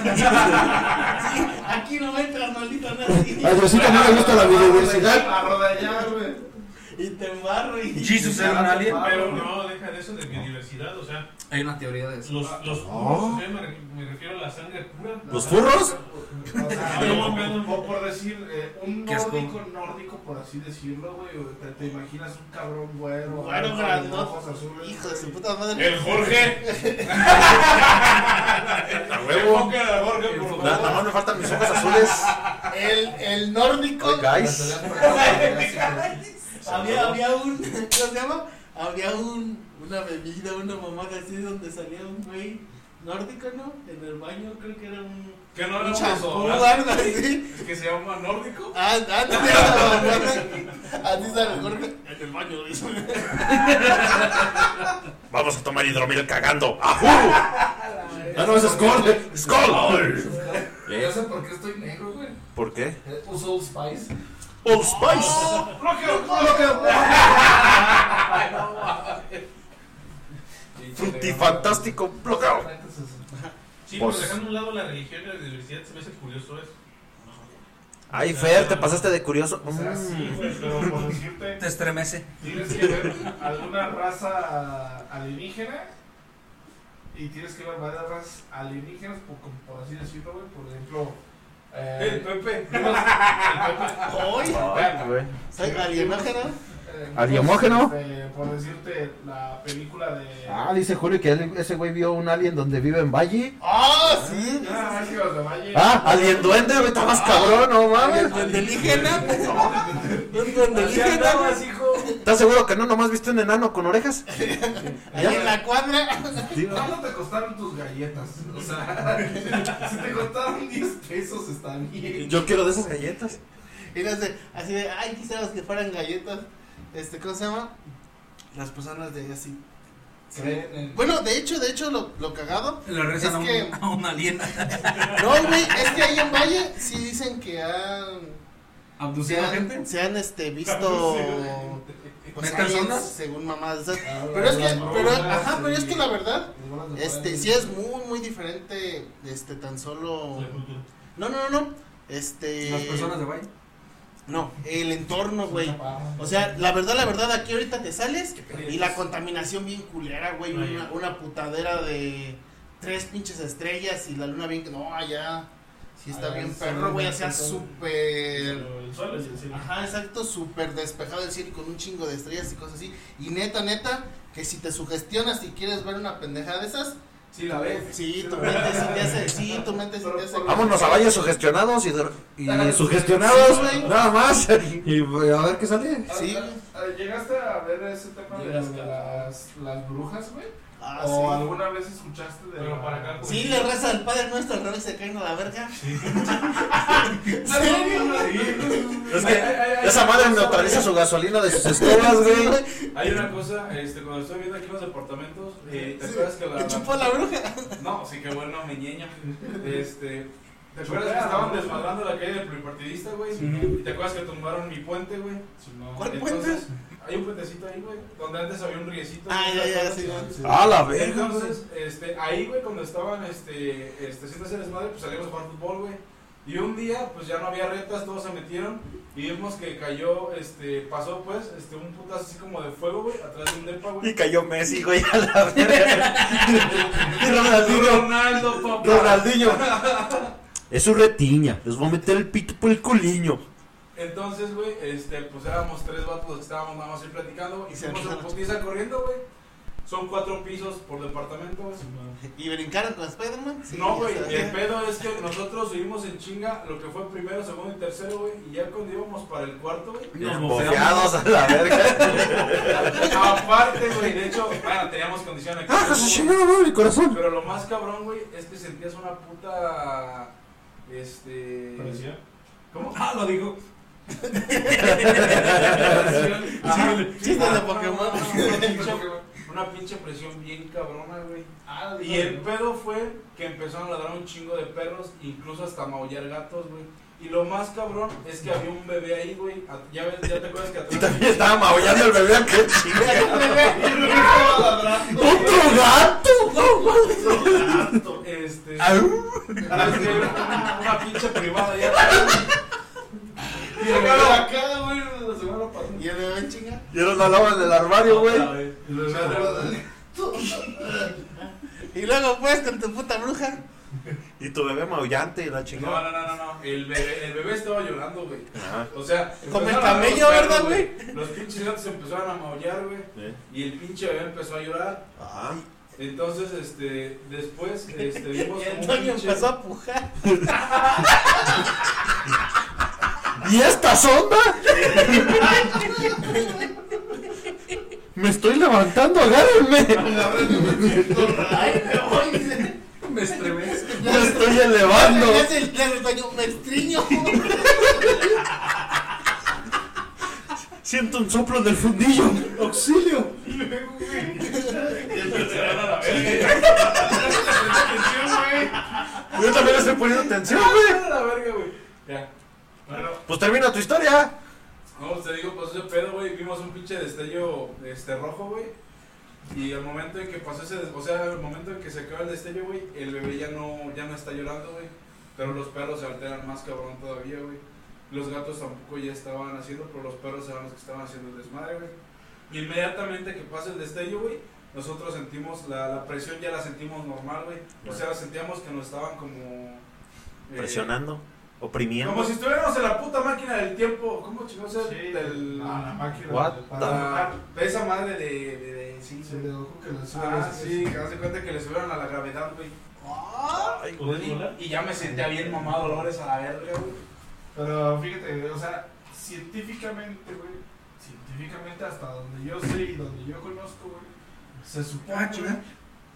D: aquí no entra, maldito nazi.
B: Diosito [laughs] no le gusta la
A: A rodallar, güey.
D: Y te embarro y.
C: Jesus era un alien.
B: ah,
E: Pero no, deja de eso de biodiversidad. O sea,
C: Hay una teoría de eso.
E: los, los
B: No.
E: puros, yo me, re- me refiero a la sangre pura.
B: Ah. ¿Los furros?
A: O sea,
E: No,
A: por- por, por decir, eh, un
C: Qué asco.
A: nórdico, nórdico, por así decirlo, güey. o Te, te imaginas un cabrón güero.
D: Güero,
A: con
D: grandote.
A: ojos azules,
D: Hijo de
A: güey.
D: su puta madre.
B: [laughs]
E: El Jorge.
B: A
E: Enfoque a Jorge, por favor.
B: Nada nada más me faltan mis ojos azules.
D: El, el nórdico.
B: Oye, guys.
D: Había, había un. [laughs] ¿Cómo se llama? Había un, una bebida, una mamada así donde salía un güey nórdico, ¿no? En el baño, creo que era un.
E: Que no
D: Un
E: hablamos
D: champú,
E: ahora,
D: algo así.
E: [laughs] Que se llama nórdico.
D: Ah, ah, no, esa mamada. Así sale Jorge. En el baño lo hizo.
B: Vamos a tomar hidromil cagando. ¡Ajú! Ah, no, es Skull. ¡Skull!
A: eh. Ya sé por qué estoy negro, güey.
B: ¿Por qué?
A: Eh, Uso Old [laughs] Spice.
B: Old Spice.
A: [laughs]
B: Frutifantástico. Bloqueo.
A: Entonces,
E: Sí,
B: Pues-
E: pero dejando a un lado la religión y la diversidad, se me hace curioso eso.
B: Ay, Fer, te pasaste de curioso.
A: O sea, sí,
B: Mm.
A: güey, pero por decirte,
C: Te estremece.
A: tienes que ver alguna raza alienígena y tienes que ver varias razas alienígenas, por, como por así decirlo, güey. Por ejemplo,
F: El
A: eh,
F: Pepe.
D: Hoy,
B: Ay, güey.
D: soy alienígena.
A: eh,
B: ¿Alienígeno?
A: este, por decirte, la película de.
B: Ah, dice Julio que él- ese güey vio un alien donde vive en Valle.
D: Ah, sí.
A: Ah, sí, los de Valle.
B: Ah, alien duende, güey, está más cabrón, no mames.
D: Alienígena.
F: Así
C: [laughs]
F: andabas, hijo.
B: ¿Estás seguro que no nomás viste un enano con orejas?
D: Ahí en la cuadra. [laughs]
A: ¿Cuánto te costaron tus galletas? O sea, [laughs] si te costaron 10 pesos, está bien.
B: Yo quiero de esas galletas.
D: Y no sé, así de, ay, quisiéramos que fueran galletas. Este, ¿cómo se llama? Las personas de así.
A: Creen en-
D: Bueno, de hecho, de hecho, lo, lo cagado.
C: Le rezan
D: Es
C: a, un,
D: que-
C: a un alien.
D: No, güey, es que ahí en Valle sí dicen que han. Se
C: ¿Abducido a ¿Pues gente? Ah,
D: han, se han este, visto. Pues,
C: ¿Metas
D: aliens,
C: ondas?
D: según mamás. esas.
A: Ah,
D: Pero es
A: las
D: que,
A: brujas
D: pero, ajá,
A: y-
D: pero es que la verdad,
A: las brujas de
D: este,
A: Blair.
D: sí es muy, muy diferente, este, tan solo.
E: La cultura.
D: No, no, no, no. Este.
C: Las personas de Valle.
D: No, el entorno, güey.
A: Chaparro.
D: O sea, la verdad, la verdad, aquí ahorita te sales y la contaminación bien culera, güey.
E: Ay.
D: Una, una putadera de tres pinches estrellas y la luna bien. No, allá. Sí está
A: Allá
D: bien
A: sí,
D: perro, güey. O sea,
A: entonces-
D: súper.
E: Pero el sol es en
A: Ah,
E: serio.
D: Ajá, exacto, súper despejado el cielo con un chingo de estrellas y cosas así. Y neta, neta, que si te sugestionas y quieres ver una pendeja de esas,
A: Sí, la ves.
D: sí, tu mente sí te hace, sí, tu mente sí te hace.
B: Vámonos a Valle sugestionados y, dor- y sugestionados, güey. Nada más. [laughs] Y güey, a ver qué sale.
D: Sí.
A: Ah, ¿Llegaste a ver ese tema de las,
E: Llegaste a-
A: las, las brujas, güey?
D: Ah,
A: ¿O
D: sí.
A: alguna vez escuchaste de.?
E: Pero
A: la-
E: para acá,
D: Sí, le reza al Padre Nuestro al revés y se caen a la verga.
A: [laughs]
F: [laughs]
A: ¿En serio, güey?
B: Es que esa madre neutraliza su gasolina de sus escobas, güey.
F: Hay una cosa, este, cuando estoy viendo aquí los departamentos, eh, ¿te
D: Sí,
F: acuerdas que la.
D: Que chupó la bruja.
F: No, sí que bueno, mi ñeño. Este. ¿Te acuerdas que estaban desmadrando la calle del pluripartidista, güey? ¿Y te acuerdas que tumbaron mi puente, güey?
D: ¿Cuál
F: Entonces, Hay un puentecito ahí, güey, donde antes había un riecito.
D: Ah, ya, ya, sí.
A: Ah,
B: A la verga.
F: Entonces, este, ahí, güey, cuando estaban este, este, haciendo ese desmadre, pues salíamos a jugar fútbol, güey. Y un día, pues ya no había retas, todos se metieron. Y vimos que cayó, este, pasó, pues, este, un putazo así como de fuego, güey, atrás de un depa,
B: Y
F: güey.
B: cayó Messi, güey, a la verga. Y Ronaldinho.
F: Ronaldo, papá.
B: Ronaldinho. Es su retiña. Les voy a meter el pito por el culiño.
F: Entonces, güey, este, pues éramos tres vatos que estábamos nada más ahí platicando. güey,
D: Y
F: Y
D: se
F: fuimos a
D: empezaron a
F: putiza corriendo, güey. Son cuatro pisos por departamento, güey.
D: Y brincaron con Spider-Man. Sí,
F: No, güey,
D: ya
F: el
D: sabía.
F: pedo es que nosotros subimos en chinga lo que fue primero, segundo y tercero, güey. Y ya cuando íbamos para el cuarto, güey.
B: Los bofeados a la verga.
F: Aparte, güey, de hecho, bueno, teníamos condición aquí.
B: Ah, se chingada, madre, mi corazón.
F: Pero lo más cabrón, güey, es que sentías una puta. Este.
E: Parecía.
F: ¿Cómo?
C: Ah, lo dijo.
F: Ajá.
D: Chistes de
F: Ah,
D: Pokémon.
F: [laughs] no, no, no, una pinche- Una pinche presión bien cabrona, güey.
A: Ah,
F: Y el pedo fue que empezaron a ladrar un chingo de perros, incluso hasta maullar gatos, güey. Y lo más cabrón es que había un bebé ahí, güey. A- Ya ves, ya te acuerdas que
B: Y
F: atrás.
B: también estaba maullando el bebé a qué chingada. ¡Otro gato!
A: [laughs]
F: Este.
B: Au.
F: atrás que una, una pinche privada ya. Y acá,
A: Acá, güey, la semana pasada.
D: Y el bebé en chinga.
B: Y era la lava del armario, güey.
F: Y los gatos-
D: Y luego, pues, con tu puta bruja.
B: Y tu bebé maullante y la
F: No,
B: chingada.
F: no, no, no, no. El bebé, el bebé estaba llorando, güey.
B: Ajá.
F: O sea,
D: Como el
F: empezaron a
D: camello,
F: hablar los
D: ¿verdad,
F: perros, Los pinches gatos empezaron a maullar, güey.
B: Eh.
F: Y el pinche bebé empezó a llorar.
B: Ah.
F: Entonces, este, después, este, vimos
D: Y
F: como un
D: Antonio
F: pinche-
D: empezó a
F: [laughs]
D: pujar.
B: ¿Y esta [laughs] sonda? Me estoy levantando, agárrenme.
D: Ay, me voy. dice.
C: Me estremece.
B: Me estoy elevando.
D: Ya se- ya se bañó, me estriño.
F: [laughs]
B: Siento un soplo en el fundillo. Auxilio.
E: [laughs]
B: Yo también le estoy poniendo tensión, güey.
F: A la verga, güey. Ya. Bueno,
B: Pues termina tu historia.
F: no, te digo, pues ese pedo, güey. Vimos un pinche destello este, rojo, güey. Y al momento en que pasó ese, des- o sea, al momento en que se acaba el destello, güey, el bebé ya no, ya no está llorando, güey. Pero los perros se alteran más cabrón todavía, güey. Los gatos tampoco ya estaban haciendo, pero los perros eran los que estaban haciendo el desmadre, güey. Inmediatamente que pasa el destello, güey, nosotros sentimos la, la presión, ya la sentimos normal, güey. O sea, sentíamos que nos estaban como... eh,
B: Presionando, oprimiendo.
F: Como si estuviéramos en la puta máquina del tiempo. ¿Cómo chingados era?
A: Sí,
F: del,
A: ah, la máquina.
B: What
A: del-
B: the-
A: para-
F: para- de esa madre de... de, de- sí,
A: Se le ojo que le sube.
F: Ah, sí, que hace cuenta que le subieron a la gravedad, güey.
B: Ay, güey.
E: ¿Puedes volar?
F: Y ya me sentía bien mamado Dolores a la verga, güey.
A: Pero fíjate, o sea, científicamente, güey, científicamente hasta donde yo sé y donde yo conozco, güey, se supone
C: Ah, chinga.
A: güey,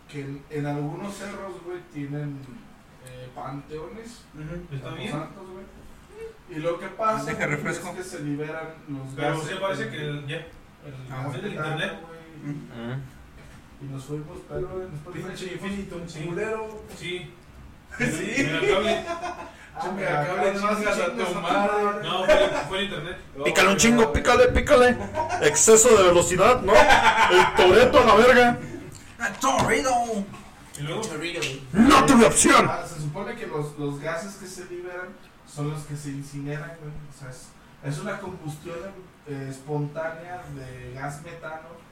A: que en, en algunos cerros, güey, tienen eh, panteones,
E: ¿Está bien?
A: santos, güey. Y lo que pasa
C: Deja
A: güey,
C: refresco.
A: es que se liberan los
E: Pero
A: gases.
E: sí parece
A: del-
E: que el, ya. El
C: Ah,
E: café del internet.
A: güey,
C: Mm.
B: Mm.
A: Y nos fuimos, pero en
F: Pinche
A: Spotify.
F: infinito, un
E: Sí.
F: culero.
E: Sí.
F: Sí.
E: Mira, cable.
A: Ah, me
F: Acá
A: acabo de
F: le
A: chingas
F: chingas a
A: madre.
F: tu madre.
E: No, fue, fue el internet.
B: Pícale un chingo, pícale, pícale. Exceso de velocidad, ¿no? El toreto a la verga.
C: ¡Ah, torrido!
E: Y luego,
B: No tuve opción.
A: Ah, se supone que los, los gases que se liberan son los que se incineran, güey. O sea, es, es una combustión eh, espontánea de gas metano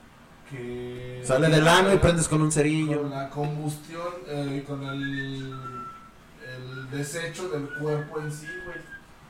A: que...
B: Sale del ano y prendes con un
A: Con
B: cerillo.
A: la combustión, eh, con el, el desecho del cuerpo en sí, güey.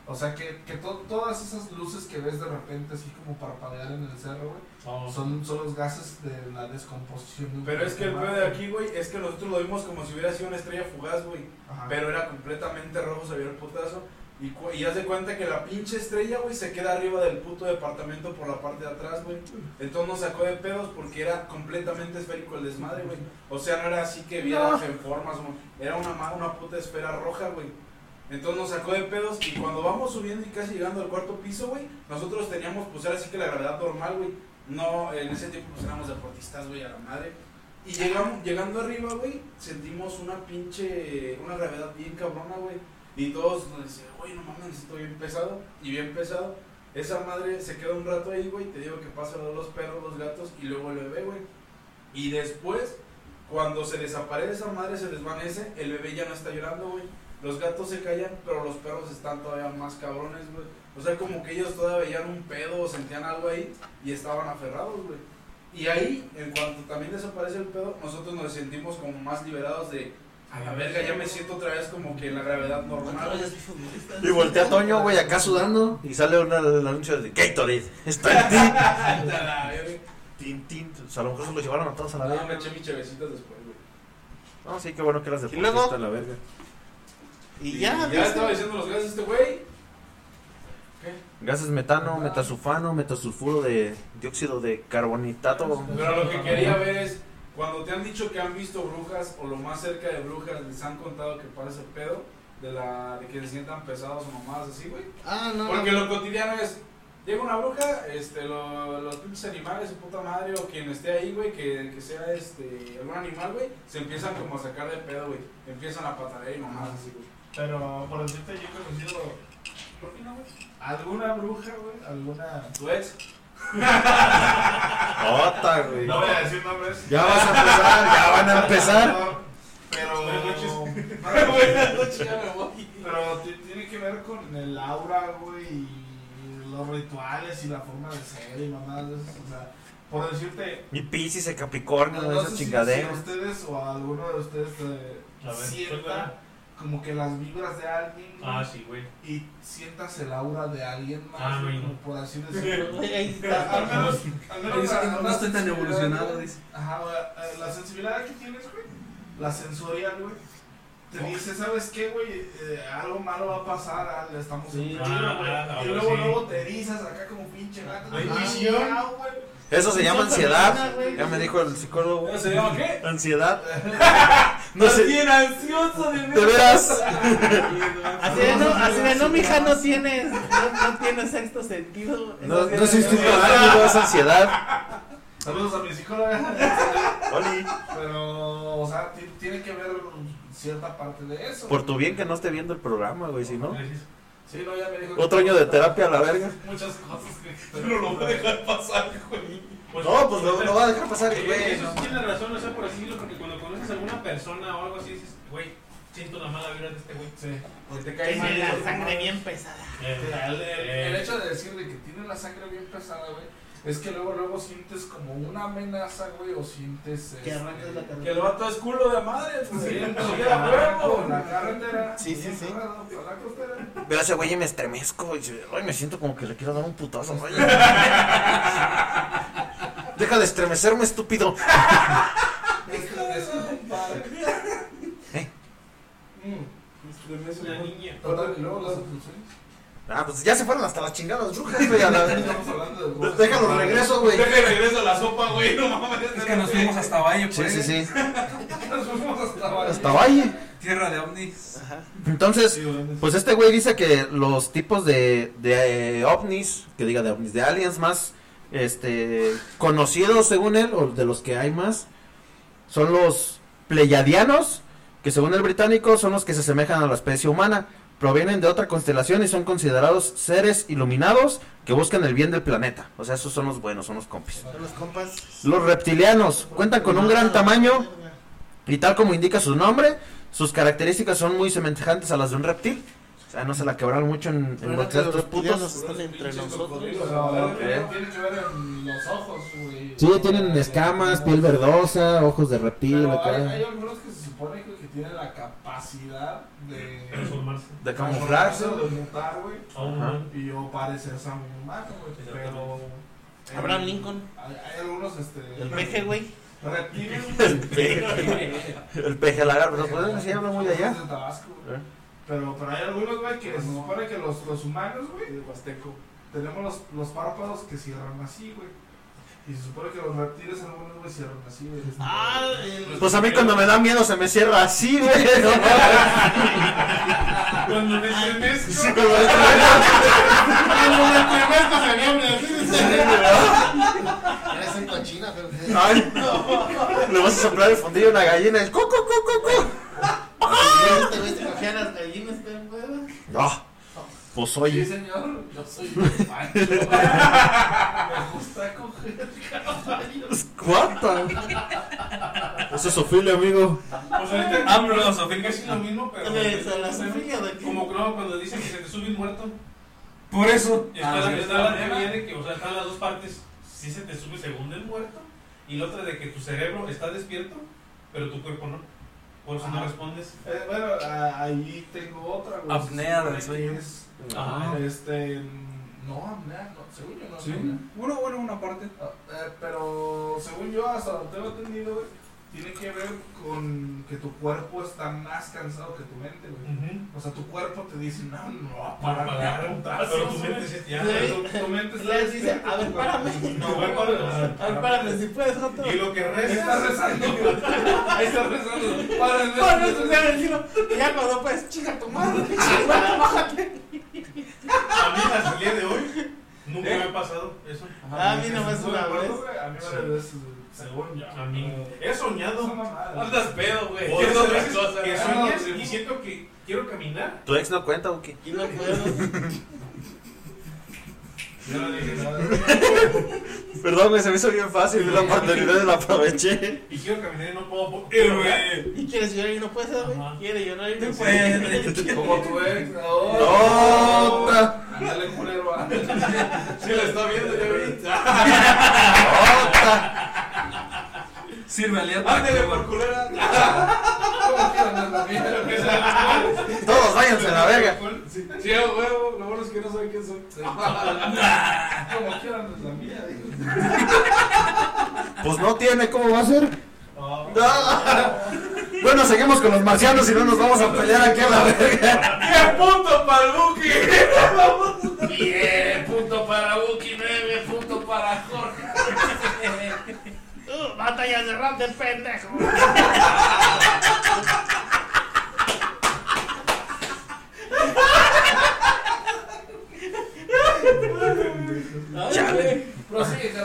A: O sea, que, que to- todas esas luces que ves de repente así como parpadear en el cerro, güey,
E: Oh.
A: son, son los gases de la descomposición. de un
F: Pero es que el
A: cuerpo
F: pedo de
A: humano.
F: aquí, güey, es que nosotros lo vimos como si hubiera sido una estrella fugaz, güey.
A: Ajá.
F: Pero era completamente rojo, se vio el putazo. Y, cu- y haz de cuenta que la pinche estrella, güey, se queda arriba del puto departamento por la parte de atrás, güey. Entonces nos sacó de pedos porque era completamente esférico el desmadre, güey. O sea, no era así que vieras en formas, güey. Era una, ma- una puta esfera roja, güey. Entonces nos sacó de pedos y cuando vamos subiendo y casi llegando al cuarto piso, güey, nosotros teníamos, pues era así que la gravedad normal, güey. No, en ese tiempo pues éramos deportistas, güey, a la madre. Y llegamos, llegando arriba, güey, sentimos una pinche, una gravedad bien cabrona, güey. Y todos nos decían, güey, no mames, estoy bien pesado. Y bien pesado. Esa madre se queda un rato ahí, güey, te digo que pasa lo de los perros, los gatos y luego el bebé, güey. Y después, cuando se desaparece esa madre, se desvanece, el bebé ya no está llorando, güey. Los gatos se callan, pero los perros están todavía más cabrones, güey. O sea, como que ellos todavía veían un pedo o sentían algo ahí y estaban aferrados, güey. Y ahí, en cuanto también desaparece el pedo, nosotros nos sentimos como más liberados de, a la verga, ya me siento otra vez como que en la gravedad normal.
B: Y voltea a Toño, güey, acá sudando. Y sale una- el anuncio de Gatorade. Está en ti.
F: Hasta la verga.
B: Tin, tin. O sea, a lo mejor se lo llevaron a todos a la
F: No, me
B: verga.
F: eché mis chevecitas después, güey.
B: No, sí, qué bueno que eras de
G: Y luego-
B: la verga.
G: Y ya, pues,
F: ya
G: ¿viste?
F: estaba diciendo los gases este güey.
B: Gases metano, metasulfano, metasulfuro de dióxido de carbonitato.
F: Pero lo que quería ver es, cuando te han dicho que han visto brujas o lo más cerca de brujas, les han contado que parece pedo de, la, de que se sientan pesados o mamadas así, güey.
D: Ah, no,
F: Porque
D: no.
F: lo cotidiano es, llega una bruja, este, lo- los pinches animales, su puta madre, o quien esté ahí, güey, que, que sea este, algún animal, güey, se empiezan como a sacar de pedo, güey. Empiezan a patarear y mamadas así, güey.
A: Pero por decirte, yo he conocido. ¿Por qué no, güey? Alguna bruja, güey. Alguna.
F: ¿Tu ex?
B: Ota, güey.
A: No voy a decir nombres.
B: Ya vas a empezar, ya van a empezar.
A: No, Pero.
E: Buenas noches.
A: [laughs]
F: Buenas noches, ya me voy.
A: Pero ti- tiene que ver con el aura, güey. Y los rituales y la forma de ser y mamadas de esas, O sea, por decirte.
B: Y Pisces, el Capricornio,
A: no sé
B: esas
A: si-
B: chingaderas.
A: Si ustedes o a alguno de ustedes eh,
E: A ver,
A: sienta
E: suéltala.
A: como que las vibras de alguien. güey,
E: Ah, sí, güey.
A: Y sientas el aura de alguien más.
E: Ah,
A: güey,
E: güey, no.
A: como por así decirlo.
G: Ahí
A: Al
G: está.
A: menos, al menos
C: Dice que
A: para-
C: no, no estoy tan
A: para-
C: evolucionado, dice.
A: Ajá, o sea, eh, la sensibilidad que tienes, güey. La sensorial, güey. Te dice, ¿sabes qué, güey? Eh, algo malo va a pasar, ah, le estamos
G: Sí.
A: en peligro,
E: Ah,
A: güey".
E: ah,
A: Y
E: ah,
A: luego,
E: sí.
A: luego te erizas acá como pinche gato.
E: Hay
A: Ah,
G: visión.
A: ya, güey.
B: Eso se llama
G: Eso
B: ansiedad.
G: también, güey.
B: Ya me dijo el psicólogo.
F: ¿Se llama qué?
B: Ansiedad. No sé,
G: bien ansioso de
B: de veras.
G: Así de no, así de no, mija, no tienes, no, no tienes sexto sentido.
B: No, no soy psicólogo, no es ansiedad.
A: Saludos a mi psicóloga.
B: Oli,
A: Pero, o sea, ti- tiene que ver cierta parte de eso.
B: por tu bien que no esté viendo el programa, güey, si no.
E: Gracias.
F: Sí, no, ya me dijo. que-
B: Otro año de terapia a la verga.
E: Muchas cosas que no lo voy a dejar pasar, güey.
B: No, pues lo, lo va a dejar pasar,
E: Sí,
B: güey.
E: eso sí tiene eh, pues, razón, no sé por así decirlo, porque cuando conoces a alguna persona o algo así, dices, güey, siento la mala vibra de este güey.
F: Sí, porque te cae mal.
G: Tiene la
F: güey.
G: sangre bien pesada.
A: El, el hecho de decirle que tiene la sangre bien pesada, güey, es que luego, luego sientes como una amenaza, güey, o sientes...
G: Que
A: este,
G: arrancas la
F: Que el
G: carrera.
F: vato es culo de madre, pues sí,
A: sientes
F: sí,
A: que
F: a
A: arranca
F: huevo.
A: por la carretera.
B: Sí, sí,
A: bien
B: sí.
A: cerrado, por la costera.
B: Veo a ese güey y me estremezco. Y dice, ay, me siento como que le quiero dar un putazo. [laughs] güey". Deja de estremecerme, estúpido.
A: Es un padre.
E: La niña.
A: Total, y luego las expulsiones.
B: Ah, pues ya se fueron hasta las chingadas brujas, güey. a la-
A: Estamos hablando de cosas.
B: Déjalo, regreso, güey.
F: Deja y regresa la sopa, güey, no mames.
C: Es que nos fuimos hasta Valle,
B: Sí,
C: pues.
B: sí, sí.
A: Nos fuimos hasta abajo.
B: Hasta Valle.
C: Tierra de ovnis.
B: Entonces, pues este güey dice que los tipos de, de eh, ovnis, que diga de ovnis, de aliens más este conocidos según él, o de los que hay más, son los pleyadianos, que según el británico son los que se asemejan a la especie humana, provienen de otra constelación y son considerados seres iluminados que buscan el bien del planeta. O sea, esos son los buenos, son los compis.
D: Los compas.
B: Los reptilianos cuentan con un gran tamaño y tal como indica su nombre, sus características son muy semejantes a las de un reptil. O sea, no se la quebraron mucho en, en
D: Ahora que
B: boxear
D: los
B: estos
D: reptilianos
B: putos.
D: están entre nosotros.
A: No, no,
B: ¿Qué?
A: Tiene que ver en los ojos, güey.
B: Sí, tienen escamas, piel verdosa, ojos de reptil,
A: Pero hay,
B: acá.
A: hay algunos que se supone güey, que tienen la capacidad de
E: Transformarse.
B: De camuflarse.
A: o de mutar, güey,
E: A un
B: Ajá.
E: humano.
A: y o parecerse a un humano, güey. Pero hay-
G: Abraham Lincoln.
A: hay, hay algunos este
G: El peje, güey.
A: reptiles.
B: [laughs] [laughs] El peje, el peje lagarto. ¿No pueden decir habla muy de allá?
A: De Tabasco, güey.
B: ¿Eh?
A: Pero, pero hay algunos, güey, que se supone que los, los humanos, güey,
F: El huasteco.
A: tenemos los, los párpados que cierran así, güey. Y se supone que los reptiles algunos, güey, cierran así, güey.
G: Ah, el-
B: Pues a mí cuando me da miedo se me cierra así, güey. ¿no?
A: Cuando me estremezco,
B: Sí, como este.
D: Eres un cochino, pero.
B: Ay, Le vas a soplar el fondillo a una gallina. El coco, coco, coco.
D: Este güey se cogía las gallinas, pero, güey.
B: Ah, pues
A: Sí,
B: oye.
A: señor, yo soy un macho. Me gusta coger caballos.
B: ¿Cuánta? Eso es Ophelia, amigo.
E: Pues ahorita
C: AMLO, Sofía.
E: casi lo mismo, pero.
D: Eh,
G: Le- se la sufría de aquí.
E: Como no, cuando dicen que se te sube un muerto.
C: Por eso.
E: Está,
C: Ah,
E: la,
C: sí.
E: está la teoría de que, o sea, están las dos partes. Si se te sube según el muerto. Y la otra de que tu cerebro está despierto, pero tu cuerpo no. Por eso no
A: Ajá.
E: respondes.
A: Eh, bueno, a- ahí tengo otra, güey.
C: Apnea
A: Se supone
C: del
A: que
C: sueño. Ah.
A: es,
E: Ajá.
A: Este. No, apnea, no, según yo no.
F: Sí.
A: apnea.
C: Bueno, bueno, una parte.
A: Ah, eh, pero según yo, hasta donde tengo entendido, güey, tiene que ver con que tu cuerpo está más cansado que tu mente, güey. O sea, tu cuerpo te dice, no, no, va a
E: Para pagar
A: parar,
E: un
A: putazo,
E: Pero tu
A: güey".
E: mente se ya.
A: Pero tu- tu mente está
G: Les dice,
A: despierta,
G: "A ver,
A: güey.
G: párame".
A: No, güey, párame.
G: A ver, párame, si puedes, otro.
A: Y lo que resta está rezando. Ahí está rezando. Padre
G: Bueno,
A: nuestro.
G: eso sea el giro. Y ya cuando puedes, chinga tu [laughs] madre. Ah, Bueno, bájate.
E: A mí hasta el día de hoy nunca
A: ¿Eh?
E: me ha pasado eso.
A: Ah,
G: A mí nomás pues,
A: ¿Estás de
G: Ah, una
A: acuerdo,
G: vez.
A: güey? A mí varias veces, güey. según yo.
E: A mí.
A: Pero-
E: He
A: Es
E: soñado.
A: una mamada.
F: Andas pedo, güey.
E: Por
F: Quiero
E: eso
F: otra
E: veces
F: cosa.
E: que
A: Ah,
E: sueñas
A: no,
E: y
A: sí.
E: siento que quiero caminar.
B: ¿Tu ex no cuenta o qué?
G: Y no puedo.
E: Yo no dije nada.
B: Perdón, güey, se me hizo bien fácil. La paternidad la aproveché.
E: Y quiero caminar y no puedo. po-
F: Eh, güey.
G: Y quieres llorar y no puedes,
E: Ajá.
G: güey. Quiere llorar y no
C: Sí, Pues, [laughs]
G: puedes. [laughs]
A: Como tu ex. Oh,
B: ¡Otra!
A: Ándale, culero, ándale.
F: Sí, la está viendo, ya vi.
B: ¡Otra!
C: Sirve Ah, aliado.
F: Ándale, por culera.
A: ¿Cómo que andas la mierda?
E: Que sea-
B: Todos váyanse a la verga.
F: Sí, a huevo. Lo bueno es que no sabe quién soy.
A: [laughs] Como que andas la mía, digo.
B: Pues no tiene, ¿cómo va a ser?
A: No.
B: No. Bueno, seguimos con los marcianos y no nos vamos a pelear aquí a la verga.
F: ¡Qué punto para el Buki!
E: Bien, punto para Buki 9, punto para Jorge.
G: Uh, Batallas de rap de pendejo.
B: Chale.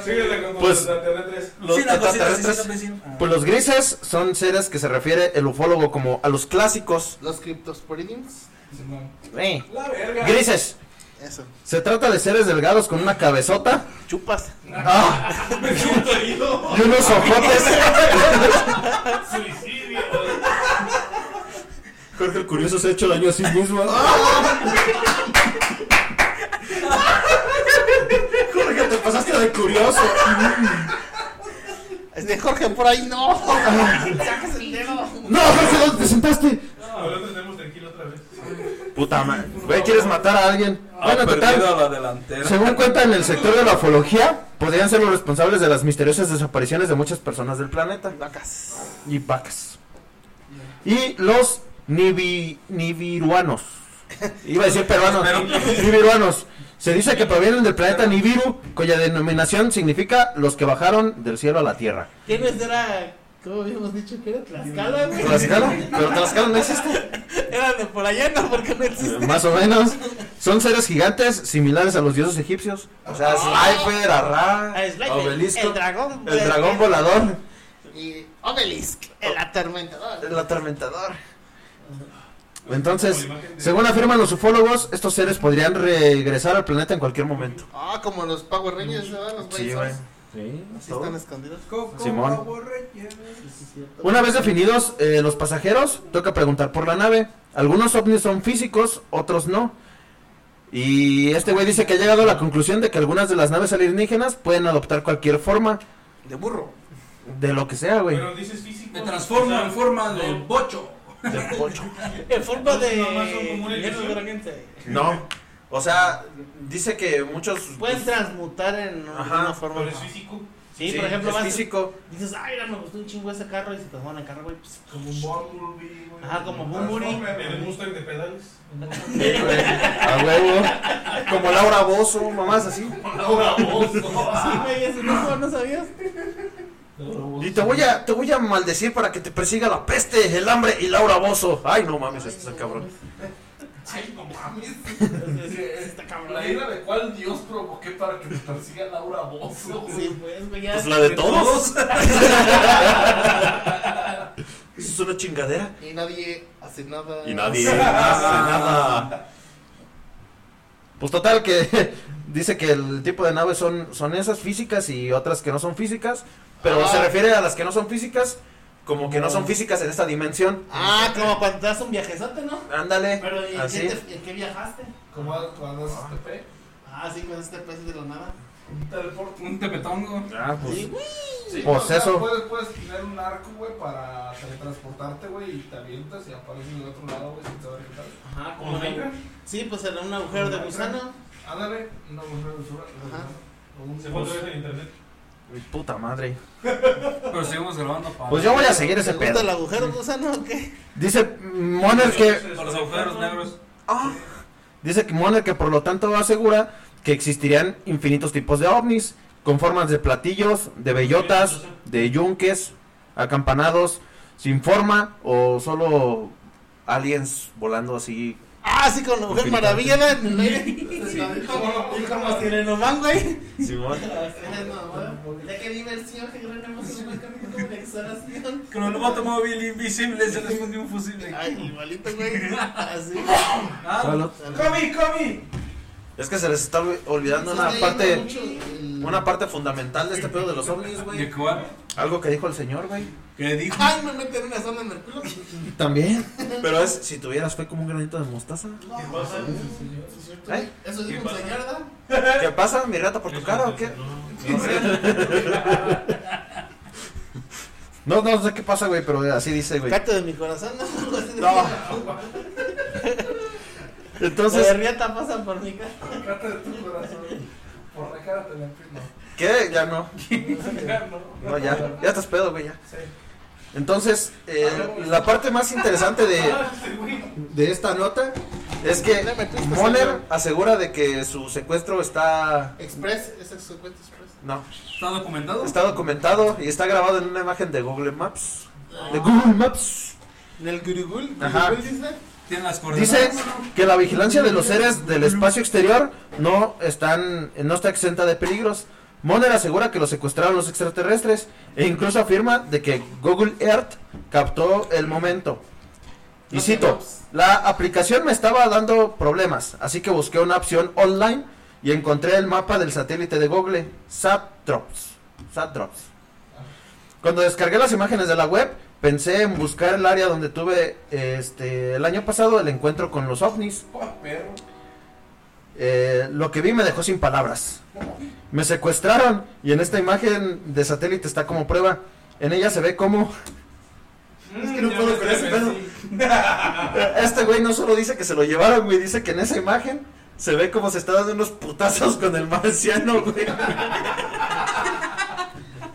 F: Síguele con
B: Pues-
F: la TV3.
B: Los
C: Sí, una cosita, sí, sí,
B: extraterrestres.
C: sí, sí, sí. Ah.
B: Pues los grises son seres que se refiere el ufólogo como a los clásicos.
D: Los criptosporidiums.
F: Simón.
B: Eh,
F: La verga.
B: Grises,
D: Eso.
B: ¿se trata de seres delgados con una cabezota?
G: Chupas.
B: Ah,
E: Me
F: [laughs]
E: siento herido.
B: y unos ojotes.
E: Suicidio.
B: Jorge el Curioso se ha hecho daño a sí mismo. Jorge, te pasaste de curioso.
D: Es de Jorge por ahí,
G: [laughs]
D: no. Sacas el dedo.
B: No, Jorge, ¿dónde te sentaste?
A: Ah.
E: Ahora tenemos tranquilo otra vez.
B: Puta madre. Güey, ¿quieres matar a alguien? Bueno,
C: ha
B: total.
C: perdido a la delantera.
B: Según cuenta en el sector de la ufología, podrían ser los responsables de las misteriosas desapariciones de muchas personas del planeta.
D: Vacas.
B: Y vacas. Y los nibi, nibiruanos. Iba a decir peruanos. Nibiruanos. Se dice que provienen del planeta Nibiru, cuya denominación significa los que bajaron del cielo a la tierra.
G: ¿Quiénes era? ¿Cómo habíamos dicho que era Tlaxcala, güey?
B: ¿Tlaxcala? Pero Tlaxcala no existe.
G: Era de por allá, no, porque no existe.
B: Eh, Más o menos. Son seres gigantes similares a los dioses egipcios. O sea, Slifer, Arra,
G: Ah, es like el-
B: Obelisco,
G: El dragón.
B: el dragón volador,
D: Y Obelisk, el atormentador.
B: el atormentador. Entonces,
E: Como imagen de-
B: según afirman los ufólogos, estos seres podrían regresar al planeta en cualquier momento.
D: Ah, como los Power Rangers, ¿verdad? Los
B: Sí,
D: White
B: güey.
D: Sox. Así están escondidos.
B: Simón. Una vez definidos eh, los pasajeros, toca preguntar por la nave. Algunos ovnis son físicos, otros no. Y este güey dice que ha llegado a la conclusión de que algunas de las naves alienígenas pueden adoptar cualquier forma,
D: De burro.
B: de lo que sea, güey.
E: Pero dices físico.
C: Me transformo en forma de bocho.
B: De pocho.
G: En forma de.
E: Nomás son como una
G: Lleno de
E: ilusión.
G: gente.
B: No. [laughs] O sea, dice que muchos.
G: Puedes transmutar en
B: Pues, Ajá,
G: una forma.
E: Pero es
G: ¿no?
E: físico.
G: Sí, por ejemplo,
B: es
G: vas.
B: físico.
G: Dices, ay, mira, me gustó un chingo ese carro y se transforma en el carro, güey. Pues,
A: Como un Bumblebee, güey.
G: Ajá, como
E: Transforma
G: Bumburi.
E: En el Mustang de pedales.
B: [laughs] Sí, güey. A huevo. Como Laura Bozo, mamás así.
E: Ahora vos.
G: Sí, güey, eso
B: [laughs]
G: no, no sabías.
B: Y te voy a, te voy a maldecir para que te persiga la peste, el hambre y Laura Bozo. Ay, no mames, este es el cabrón.
A: Ay, no mames.
G: [laughs] Es- es- Está cabrón.
A: La ira de cuál Dios provoqué para que te persiga Laura Bozo.
G: Sí, pues, güey, ya.
B: Pues la de todos. [laughs] Eso es una chingadera.
D: Y nadie hace nada.
B: nada. Pues total que [laughs] dice que el tipo de naves son, son esas físicas y otras que no son físicas. Pero
D: Ah.
B: se refiere a las que no son físicas como que no son físicas en esta dimensión.
G: Mm. Ah, como cuando te das un viajezote, ¿no?
B: Ándale.
G: Pero ¿y en,
B: Así.
G: qué te- en qué viajaste?
A: Como cuando haces TP.
G: Ah, sí, con este pez de la nada.
A: Un teleporte.
C: Un tepetongo.
B: Ah, pues.
G: Sí, güey.
A: Sí,
B: Pues
A: o sea,
B: eso.
A: Puedes, puedes tener un arco, güey, para teletransportarte, güey, y te avientas y apareces del otro lado, güey, sin saber qué tal.
G: Ajá,
E: ¿O
G: como. Sí, pues era un agujero de gusano.
A: Ándale, una mujer de sur.
D: Ajá.
A: Un
E: Se fue otra vez en internet.
B: Mi puta madre.
C: Pero seguimos grabando para.
B: Pues yo voy a seguir
D: ¿Te
B: ese
D: gusta
B: pedo.
D: el agujero de gusano o qué?
B: Dice Moner que
C: Para los agujeros negros.
B: Dice que Moner que por lo tanto asegura que existirían infinitos tipos de ovnis, con formas de platillos, de bellotas, de yunques, acampanados, sin forma o solo aliens volando así.
D: Ah, sí, con la mujer
B: Infinito.
D: maravilla, ¿no? En el aire.
G: Y como Sirenoman, güey.
A: ¿verdad?
G: qué diversión, qué gran emoción, qué como de exhalación.
C: Cronomato móvil invisible. Se les fundió un fusible.
D: Ay, igualito, güey. Así.
C: Ah, ¡Comi, comi!
B: Es que se les está olvi- olvidando una
D: Estoy leyendo
B: parte,
D: mucho el-
B: una parte fundamental de este pedo de los ovnis,
C: ¿De
B: güey.
C: cuál?
B: Algo que dijo el señor, güey.
C: ¿Qué dijo?
D: Ay, me meten una zona en el culo.
B: También. Pero es, si tuvieras fe como un granito de mostaza.
D: ¿Qué
E: pasa?
D: Es cierto,
B: ¿Eh?
D: Eso dijo
E: ¿Qué
D: un
E: pasa?
D: señor, ¿verdad?
B: ¿Qué pasa? ¿Mi rata por tu cara o qué?
E: No,
B: No, no sé qué pasa, güey, pero así dice, güey.
G: Cato de mi corazón,
D: [laughs]
G: no.
B: No.
G: Entonces, la
B: [laughs] Entonces,
G: riata pasa por mi casa.
A: Trata de tu corazón. Por la cara te la empino.
B: ¿qué? Ya no.
A: No,
B: No, ya. Ya estás pedo, güey, ya.
A: Sí.
B: Entonces, eh, la parte más interesante de, de esta nota es que
D: Ya me triste,
B: Moller
D: señor.
B: asegura de que su secuestro está...
D: Express, ese es su cuenta Express.
B: No,
C: ¿Está documentado?
B: está documentado y está grabado en una imagen de Google Maps. De Google Maps.
D: En el Gurugul,
B: Ajá.
D: Gurugul dice.
C: Tiene las
B: Dice
C: coordenadas.
B: que la vigilancia de los seres del espacio exterior no están no está exenta de peligros. Moner asegura que los secuestraron los extraterrestres e incluso afirma de que Google Earth captó el momento. Y cito, la aplicación me estaba dando problemas, así que busqué una opción online y encontré el mapa del satélite de Google, SatDrops. SatDrops. Cuando descargué las imágenes de la web, pensé en buscar el área donde tuve este, el año pasado el encuentro con los ovnis. Eh, lo que vi me dejó sin palabras. Me secuestraron y en esta imagen de satélite está como prueba. En ella se ve como
F: Es
D: que no puedo con ese pedo.
B: Este güey no solo dice que se lo llevaron, güey, dice que en esa imagen se ve como se está dando unos putazos con el marciano, güey.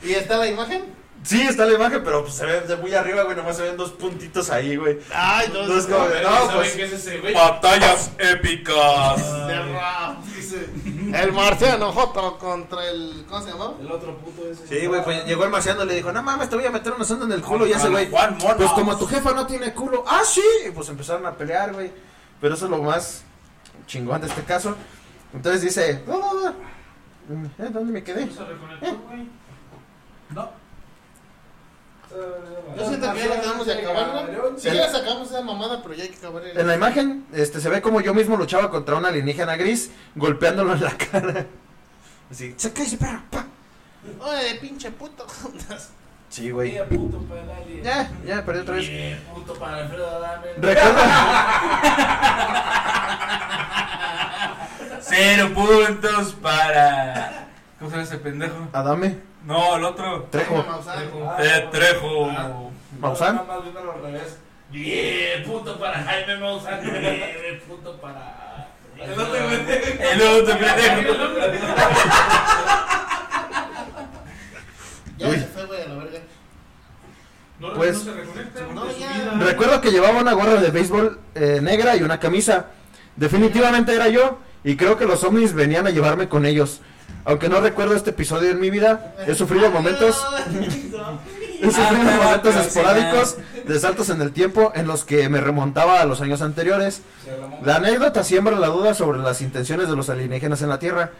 D: ¿Y está la imagen?
B: Sí, está la imagen, pero pues, se ve de muy arriba, güey, nomás se ven dos puntitos ahí, güey.
G: Ay, no,
B: No es como de, no,
F: ¿Saben
B: pues,
F: qué es ese güey?
B: batallas épicas.
D: De rap, dice. El marciano Joto contra el. ¿Cómo se llamaba?
F: El otro puto ese.
B: Sí, güey, pues llegó el marciano y le dijo, no mames, te voy a meter una sonda en el culo, y
C: ya
B: ese güey.
C: Juan Mono.
B: Pues como tu jefa no tiene culo, ah, sí. Y pues empezaron a pelear, güey. Pero eso es lo más chingón de este caso. Entonces dice, no, no, no. Eh, ¿Dónde me quedé?
E: Se reconectó, güey.
C: No,
A: Ah,
D: Yo siento que ya la acabamos de acabar, ¿no? Sí, ya sacamos esa mamada, pero ya hay que acabar el.
B: En la imagen este, se ve como yo mismo luchaba contra un alienígena gris, golpeándolo en la [laughs] cara. Así, saca ese perro, pa".
D: Oye, pinche puto.
B: Sí, güey.
F: Mira, puto para el alien.
B: Ya, ya, perdí otra vez.
F: Mira, puto para Alfredo Adame.
B: Recuerda,
C: cero puntos para. ¿Cómo se llama ese pendejo?
B: [laughs] Adame,
C: No, el otro.
B: Trejo,
A: Ah.
C: Eh, Trejo.
B: Maussan.
A: Nada más viéndolo al revés.
E: Bien, punto para Jaime Maussan. Bien, punto para.
F: El otro pendejo.
C: El otro pendejo.
D: Ya
B: Uy.
D: se fue, güey, a la verga.
E: No,
B: Pues-
E: no se reconecta.
D: No, ya.
B: Recuerdo que llevaba una gorra de béisbol eh, negra y una camisa. Definitivamente era yo, y creo que los ovnis venían a llevarme con ellos. Aunque no recuerdo este episodio en mi vida, he sufrido momentos He sufrido
C: Ah,
B: momentos
C: pero sí,
B: esporádicos de saltos en el tiempo en los que me remontaba a los años anteriores.
F: Se la mamó.
B: La anécdota siembra la duda sobre las intenciones de los alienígenas en la Tierra.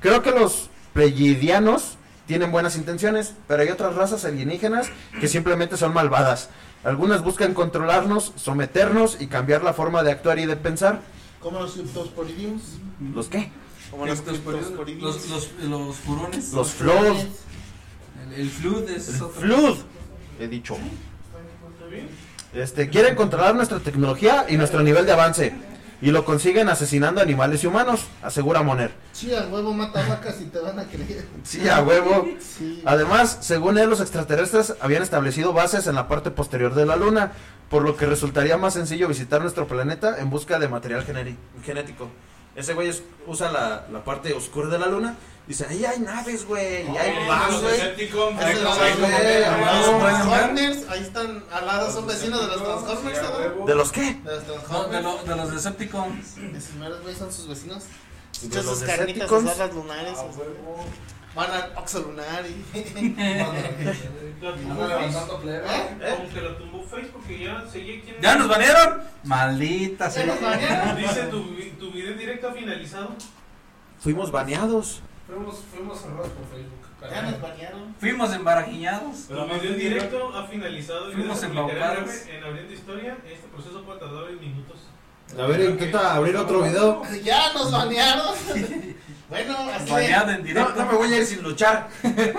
B: Creo que los pleyidianos tienen buenas intenciones, pero hay otras razas alienígenas que simplemente son malvadas. Algunas buscan controlarnos, someternos y cambiar la forma de actuar y de pensar.
D: Como los criptosporidiums.
B: ¿Los qué?
D: Como
C: Estos por- Los, los, los furones.
B: Los Flood.
C: El, el flood es otro.
B: Flood. He dicho. Este, quieren controlar nuestra tecnología y nuestro nivel de avance. Y lo consiguen asesinando animales y humanos, asegura Moner.
D: Sí, al huevo mata vacas y te van a creer.
B: Sí, a huevo.
D: Sí.
B: Además, según él, los extraterrestres habían establecido bases en la parte posterior de la Luna, por lo que resultaría más sencillo visitar nuestro planeta en busca de material generi- genético. Ese güey es- usa la, la parte oscura de la Luna. Dice, ahí hay naves, güey. Y hay más,
F: Los
B: güey.
F: Decepticons.
D: Ahí están
F: Los
D: las-
B: güey,
D: eh,
B: a
D: los
B: huevo.
D: Transformers, ahí están aladas, son vecinos de los Transformers,
F: Sí, a
D: ¿no?
F: huevo.
B: ¿De los qué?
D: De los
C: No, de,
D: Transformers.
C: lo- de los
D: [laughs]
C: Decepticons.
D: Esos meros, güey, son sus vecinos.
B: De
D: Echan
B: los
D: sus carnitas
B: Decepticons.
D: asadas
A: Ah,
D: lunares.
F: A
D: [laughs]
F: huevo.
D: Van al Oxxo lunar y... [laughs]
E: La tumbó
A: Anda levantando plebe.
D: ¿Eh?
E: Facebook, Como que la tumbó Facebook, que ya seguí quién.
C: ¿Ya nos banearon? Maldita
D: Se los
C: sea.
D: bañaron.
E: [laughs] Dice tu, vi- tu video en directo ha finalizado.
B: Fuimos baneados.
A: Fuimos, fuimos cerrados por Facebook.
D: Ya nos bañaron.
C: Fuimos embarajiñados.
E: Tu video en directo ha finalizado. y
C: Fuimos
E: gracias por
C: embaucados.
E: literalmente En abriendo historia, este proceso puede tardar varios minutos.
B: A ver, intenta abrir otro video.
D: Ya nos bañaron. Bueno, así de...
C: Baneado en
B: No,
C: directo.
B: no me voy a ir sin luchar.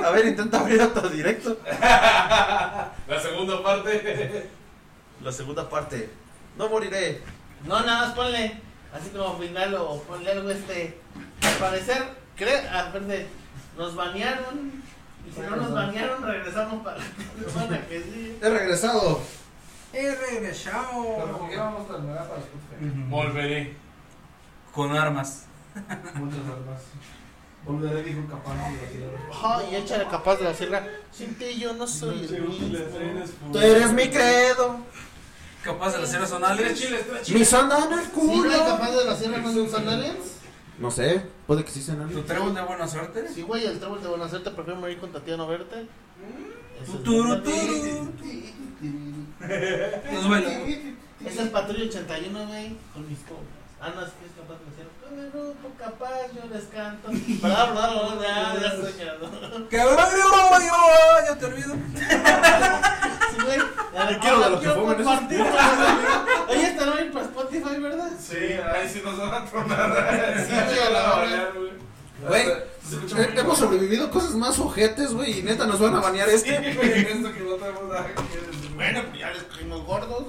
B: A ver, intenta abrir otro directo.
F: La
E: [laughs]
F: segunda parte.
B: La segunda parte. No moriré.
D: No, nada más ponle así como final o ponle algo este. Al parecer, creo, al verde, nos banearon. Y si no nos banearon, regresamos para la semana que sigue.
B: He regresado.
C: He
A: Pero ¿por qué
C: regresado.
A: vamos tan nada para Spotify?
C: Ujú.
F: Volveré.
C: Con armas.
A: Muchas armas. Volveré, dijo capaz.
D: Ajá, y échale capaz de la sierra. Sin ti yo no soy el mismo.
B: Tú eres mi credo.
C: Capaz de las cero
F: Tres
C: sonales.
F: chiles, tres
B: Mi
F: chiles.
B: sonda en el
D: ¿Sí, güey,
B: culo.
D: capaz de la sierra no son sandalias?
B: No sé. Puede que sí sean
C: ¿Tu
B: algo.
C: trébol de buena suerte?
D: Sí, güey, el trébol de buena suerte, prefiero morir con Tatiana Verte.
C: Tu, Pues turu, turu. Nos bailamos.
D: Es el Patrulla 81, güey, con mis cobras. Ah, no, es que es capaz de hacer. Con el grupo capaz, yo les canto. Bla, bla, bla, bla, ya soñado.
C: Que ahora yo, yo, yo, yo te olvido.
G: güey. A ver,
B: quiero de lo
G: ahora
B: que
G: yo
B: pongan esos
G: compartirlo, güey. Oye, está no para Spotify, ¿verdad?
E: Sí, ahí sí nos van a tronar.
D: Sí, güey, a la hora.
E: güey.
H: Güey,
E: Se escucha muy
H: He- Hemos sobrevivido cosas más ojetes, güey, y neta nos van a banear
E: Sí,
H: este.
E: güey, en esto que no tenemos nada que decir.
D: Bueno, pues ya les caímos gordos.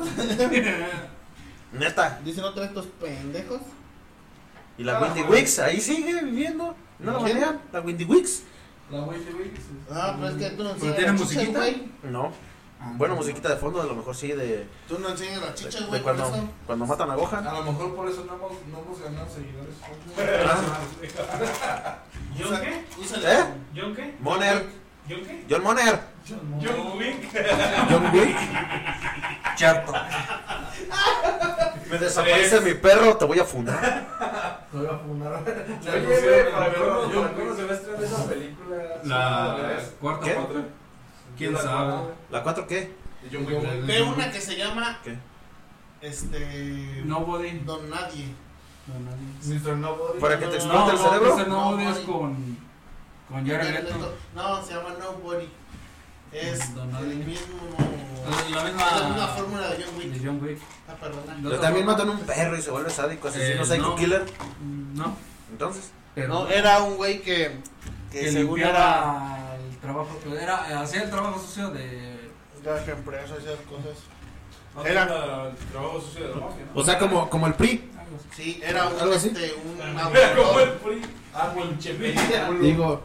B: Neta.
D: Dicen otra vez estos pendejos.
B: Y la
A: Ah,
B: Wendy
A: güey.
B: Wicks, ahí sigue viviendo. No la
D: ¿Quién?
B: banean, la Wendy Wicks.
A: La Wendy Wicks. es-
D: Ah, pero es que tú no
C: Pero
D: enseñas
C: tiene
D: las chichas,
C: musiquita.
D: güey.
B: No. Bueno, musiquita de fondo, a lo mejor sí, de,
D: Tú no enseñas las
B: de,
D: chichas,
B: de
D: güey, por
B: cuando,
D: eso.
B: cuando matan a Gohan.
A: A lo mejor por eso no hemos, no hemos ganado seguidores.
E: ¿Yo qué?
D: Úsale.
B: ¿Eh?
E: ¿Yo qué?
B: Moner.
E: ¿Yo qué?
B: John Moner.
E: ¿Yo Wick?
B: John Wick.
C: Chato.
B: Me desaparece mi perro, te voy a fundar.
A: Te voy a [laughs] funar. Le
F: Oye,
A: pusieron
F: güey, para
A: el
F: mí
A: perro
F: no-
A: John
F: para mí no
A: Wick.
F: se va a estrenar esa película.
H: La-
B: ¿Qué?
F: cuarta otra.
H: ¿Quién sabe?
B: ¿La 4 qué?
F: De John Wick.
D: Ve una que se llama.
B: ¿Qué?
D: Este.
H: Nobody.
D: Don Nadie.
A: Mr. Nobody.
B: ¿Para que te explote
D: No,
B: el
D: no,
B: cerebro?
C: pues,
D: ese Nobody es
H: con. Con
D: No, se llama Nobody. Es
H: Don Nadie.
D: el mismo.
H: La
D: La misma fórmula de John Wick.
H: John Wick.
D: Ah, perdona.
B: Pero también matan un perro y se vuelve sádico, asesino,
H: Eh,
B: psycho
H: no.
B: killer.
C: Mm,
H: No,
B: Entonces,
H: pero
D: No, era un güey que. Que,
H: que
D: según era.
H: limpiaba el trabajo, era eh, hacía el trabajo sucio de
D: Las empresas, esas cosas.
F: No,
D: Era-
F: la- El trabajo sucio de la mafia, ¿no?
B: o sea, como, como el PRI.
D: Sí, era un.
H: ¿Algo así?
D: Este, un
E: Mira cómo el
D: abogado.
E: PRI. Ah, pinche
H: digo,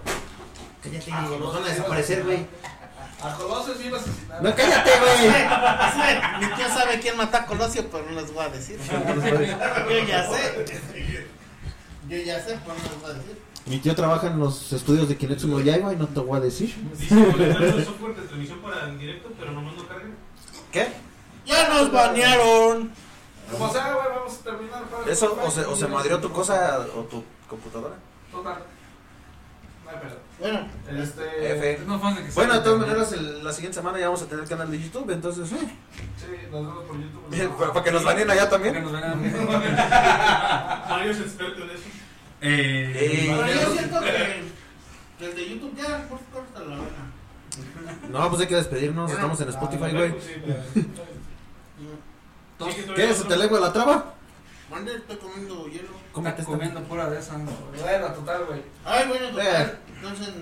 B: Cállate,
D: Ah, nos van a desaparecer,
B: güey.
A: A Colosio sí lo asesinaron.
B: No, cállate, güey.
D: Así de, Mi tío sabe quién mató a Colosio, pero no les voy a decir. Yo ya sé. Yo ya sé, pero no les voy a decir.
B: Mi tío trabaja en los estudios de Kinetsu no Yaiba y no te voy a decir.
E: Dice que software de transmisión para en directo, pero nomás no carga.
B: ¿Qué?
D: ¡Ya nos banearon!
A: Como sea, güey, vamos a terminar. para-
B: ¿Eso o se, o se madrió tu cosa o tu computadora?
A: Total. No hay pedo.
D: Bueno,
A: Este.
B: F.
H: no fans de que
B: Bueno, de todas maneras, el- la siguiente semana ya vamos a tener canal de YouTube, entonces, eh,
A: Sí, nos vemos por YouTube.
B: para, para que nos baneen allá también.
H: [laughs]
E: Mario es experto en eso.
D: pero
B: Eh,
D: yo siento que. que el de YouTube ya, por favor, te la buena.
B: no, pues hay que despedirnos, estamos en Spotify, güey.
E: Sí,
C: [laughs]
E: pero-
B: ¿Qué? ¿Se te lengua la traba?
D: Mande, estoy comiendo hielo.
B: Cómete esta.
H: comiendo pura de esa. [laughs]
A: Bueno, total, güey.
D: Ay, bueno,
B: Eh.
D: total. Entonces,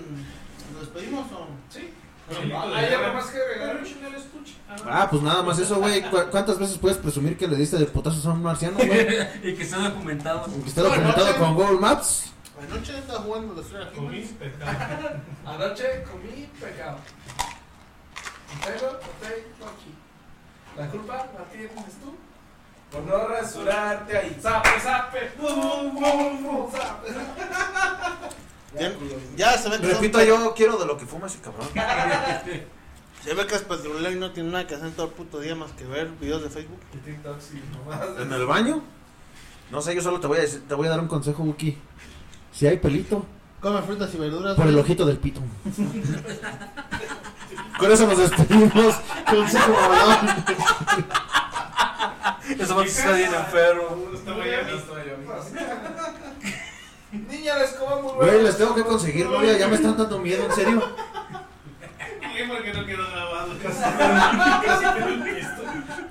D: ¿nos despedimos o.?
E: Sí.
A: Hay algo más que agregar.
E: Pero chinga el estuche.
B: Ah, pues nada más eso, güey. ¿Cu- ¿Cuántas veces puedes presumir que le diste de putazos a un marciano, güey? [laughs]
H: y que esté documentado.
B: Aunque esté documentado con Google Maps.
D: Anoche estaba jugando los tres aquí.
E: Comí pescado.
A: Anoche comí pecado. Pero, ok, no aquí. La culpa la tienes tú.
F: Por no rasurarte ahí.
E: Zape, zape. Bum, bum, bum, zape.
D: Ya, ya se ve que
B: Repito, yo quiero de lo que fuma ese cabrón.
D: Se ve que es petrolero y no tiene nada que hacer todo el puto día más que ver videos de Facebook.
A: Y TikTok sí, nomás.
B: ¿En el baño? No sé, yo solo te voy a, decir- te voy a dar un consejo, Buki. Si hay pelito,
D: Come frutas y verduras.
B: por el
D: güey.
B: ojito del [laughs] pito. Con eso nos despedimos. Consejo balón.
H: Eso va a estar bien enfermo.
E: Está Miami.
A: [laughs] Niña, la escoba muy buena.
B: Güey, les tengo que conseguir, novia. Ya me están dando miedo, en serio.
E: ¿Qué? ¿Por qué no quedó grabado? [laughs] Casi casi quedó listo.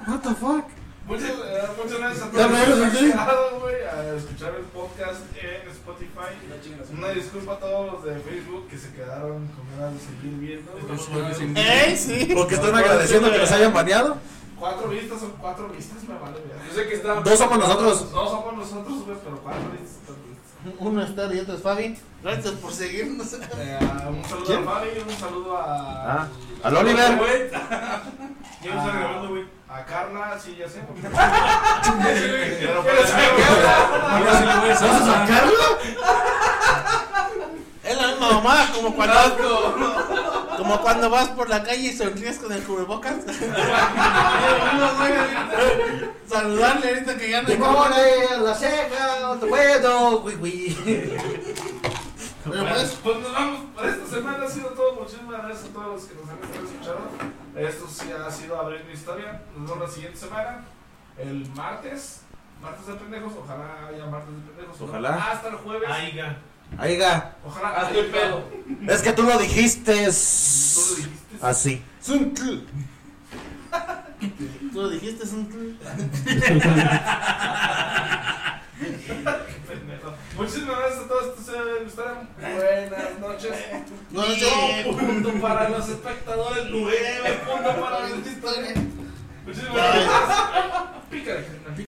B: What the fuck?
A: Muchas, eh, muchas gracias a
B: Ya
A: todos los que
B: hablamos,
A: han
B: ¿sí?
A: llegado, güey, a escuchar el podcast en Spotify. Una disculpa a todos los de Facebook que se quedaron con ganas de seguir viendo. Eh, güey.
E: Estamos
A: Cuatro-
E: volviendo.
D: ¡Ey, sí!
B: Porque están agradeciendo que les hayan baneado.
A: Cuatro vistas son cuatro vistas, me vale. verga.
F: Yo sé que está.
B: Dos somos nosotros.
A: No somos nosotros, güey, pero cuatro vistas son cuatro vistas.
D: Uno está y otro es Fabi. Gracias por [laughs] seguirnos.
A: Eh, un saludo
B: ¿Quién?
A: a Mari, un saludo a.
B: Ah, al Oliver.
F: Güey,
E: Ya no está
F: Ah.
E: grabando, güey.
A: A Carla, sí, ya sé.
F: [laughs]
A: porque- [laughs]
E: Pero
A: Pero
E: para-
A: sabe que-
B: ¿Vas a sacarlo?
D: Es la misma mamá, como cuando, como cuando vas por la calle y sonríes con el cubrebocas. [laughs] Saludarle ahorita que ya no hay cámara.
B: Limones, la ceja, otro puedo, güey, güey.
D: Pero
A: Pues,
D: pues,
A: pues nos vamos. Para esta semana ha sido todo. Muchísimas gracias a todos los que nos han estado escuchando. Esto sí ha sido Abrir mi historia. Nos vemos la siguiente semana. El martes. Martes de pendejos. Ojalá haya martes de pendejos.
B: Ojalá.
A: Hasta el jueves.
E: Aiga.
B: Oiga,
A: Ojalá.
F: hazte el pedo.
B: es que tú lo dijiste.
A: Tú lo dijiste.
B: Así.
D: Zuncl. Tú lo dijiste, es un clip.
A: Muchísimas gracias a todos. Esto se- estarán Buenas noches.
I: No, no, yo-
A: Punto para los espectadores. Nueve punto para los historia. Muchísimas gracias. Pícale. Pícale.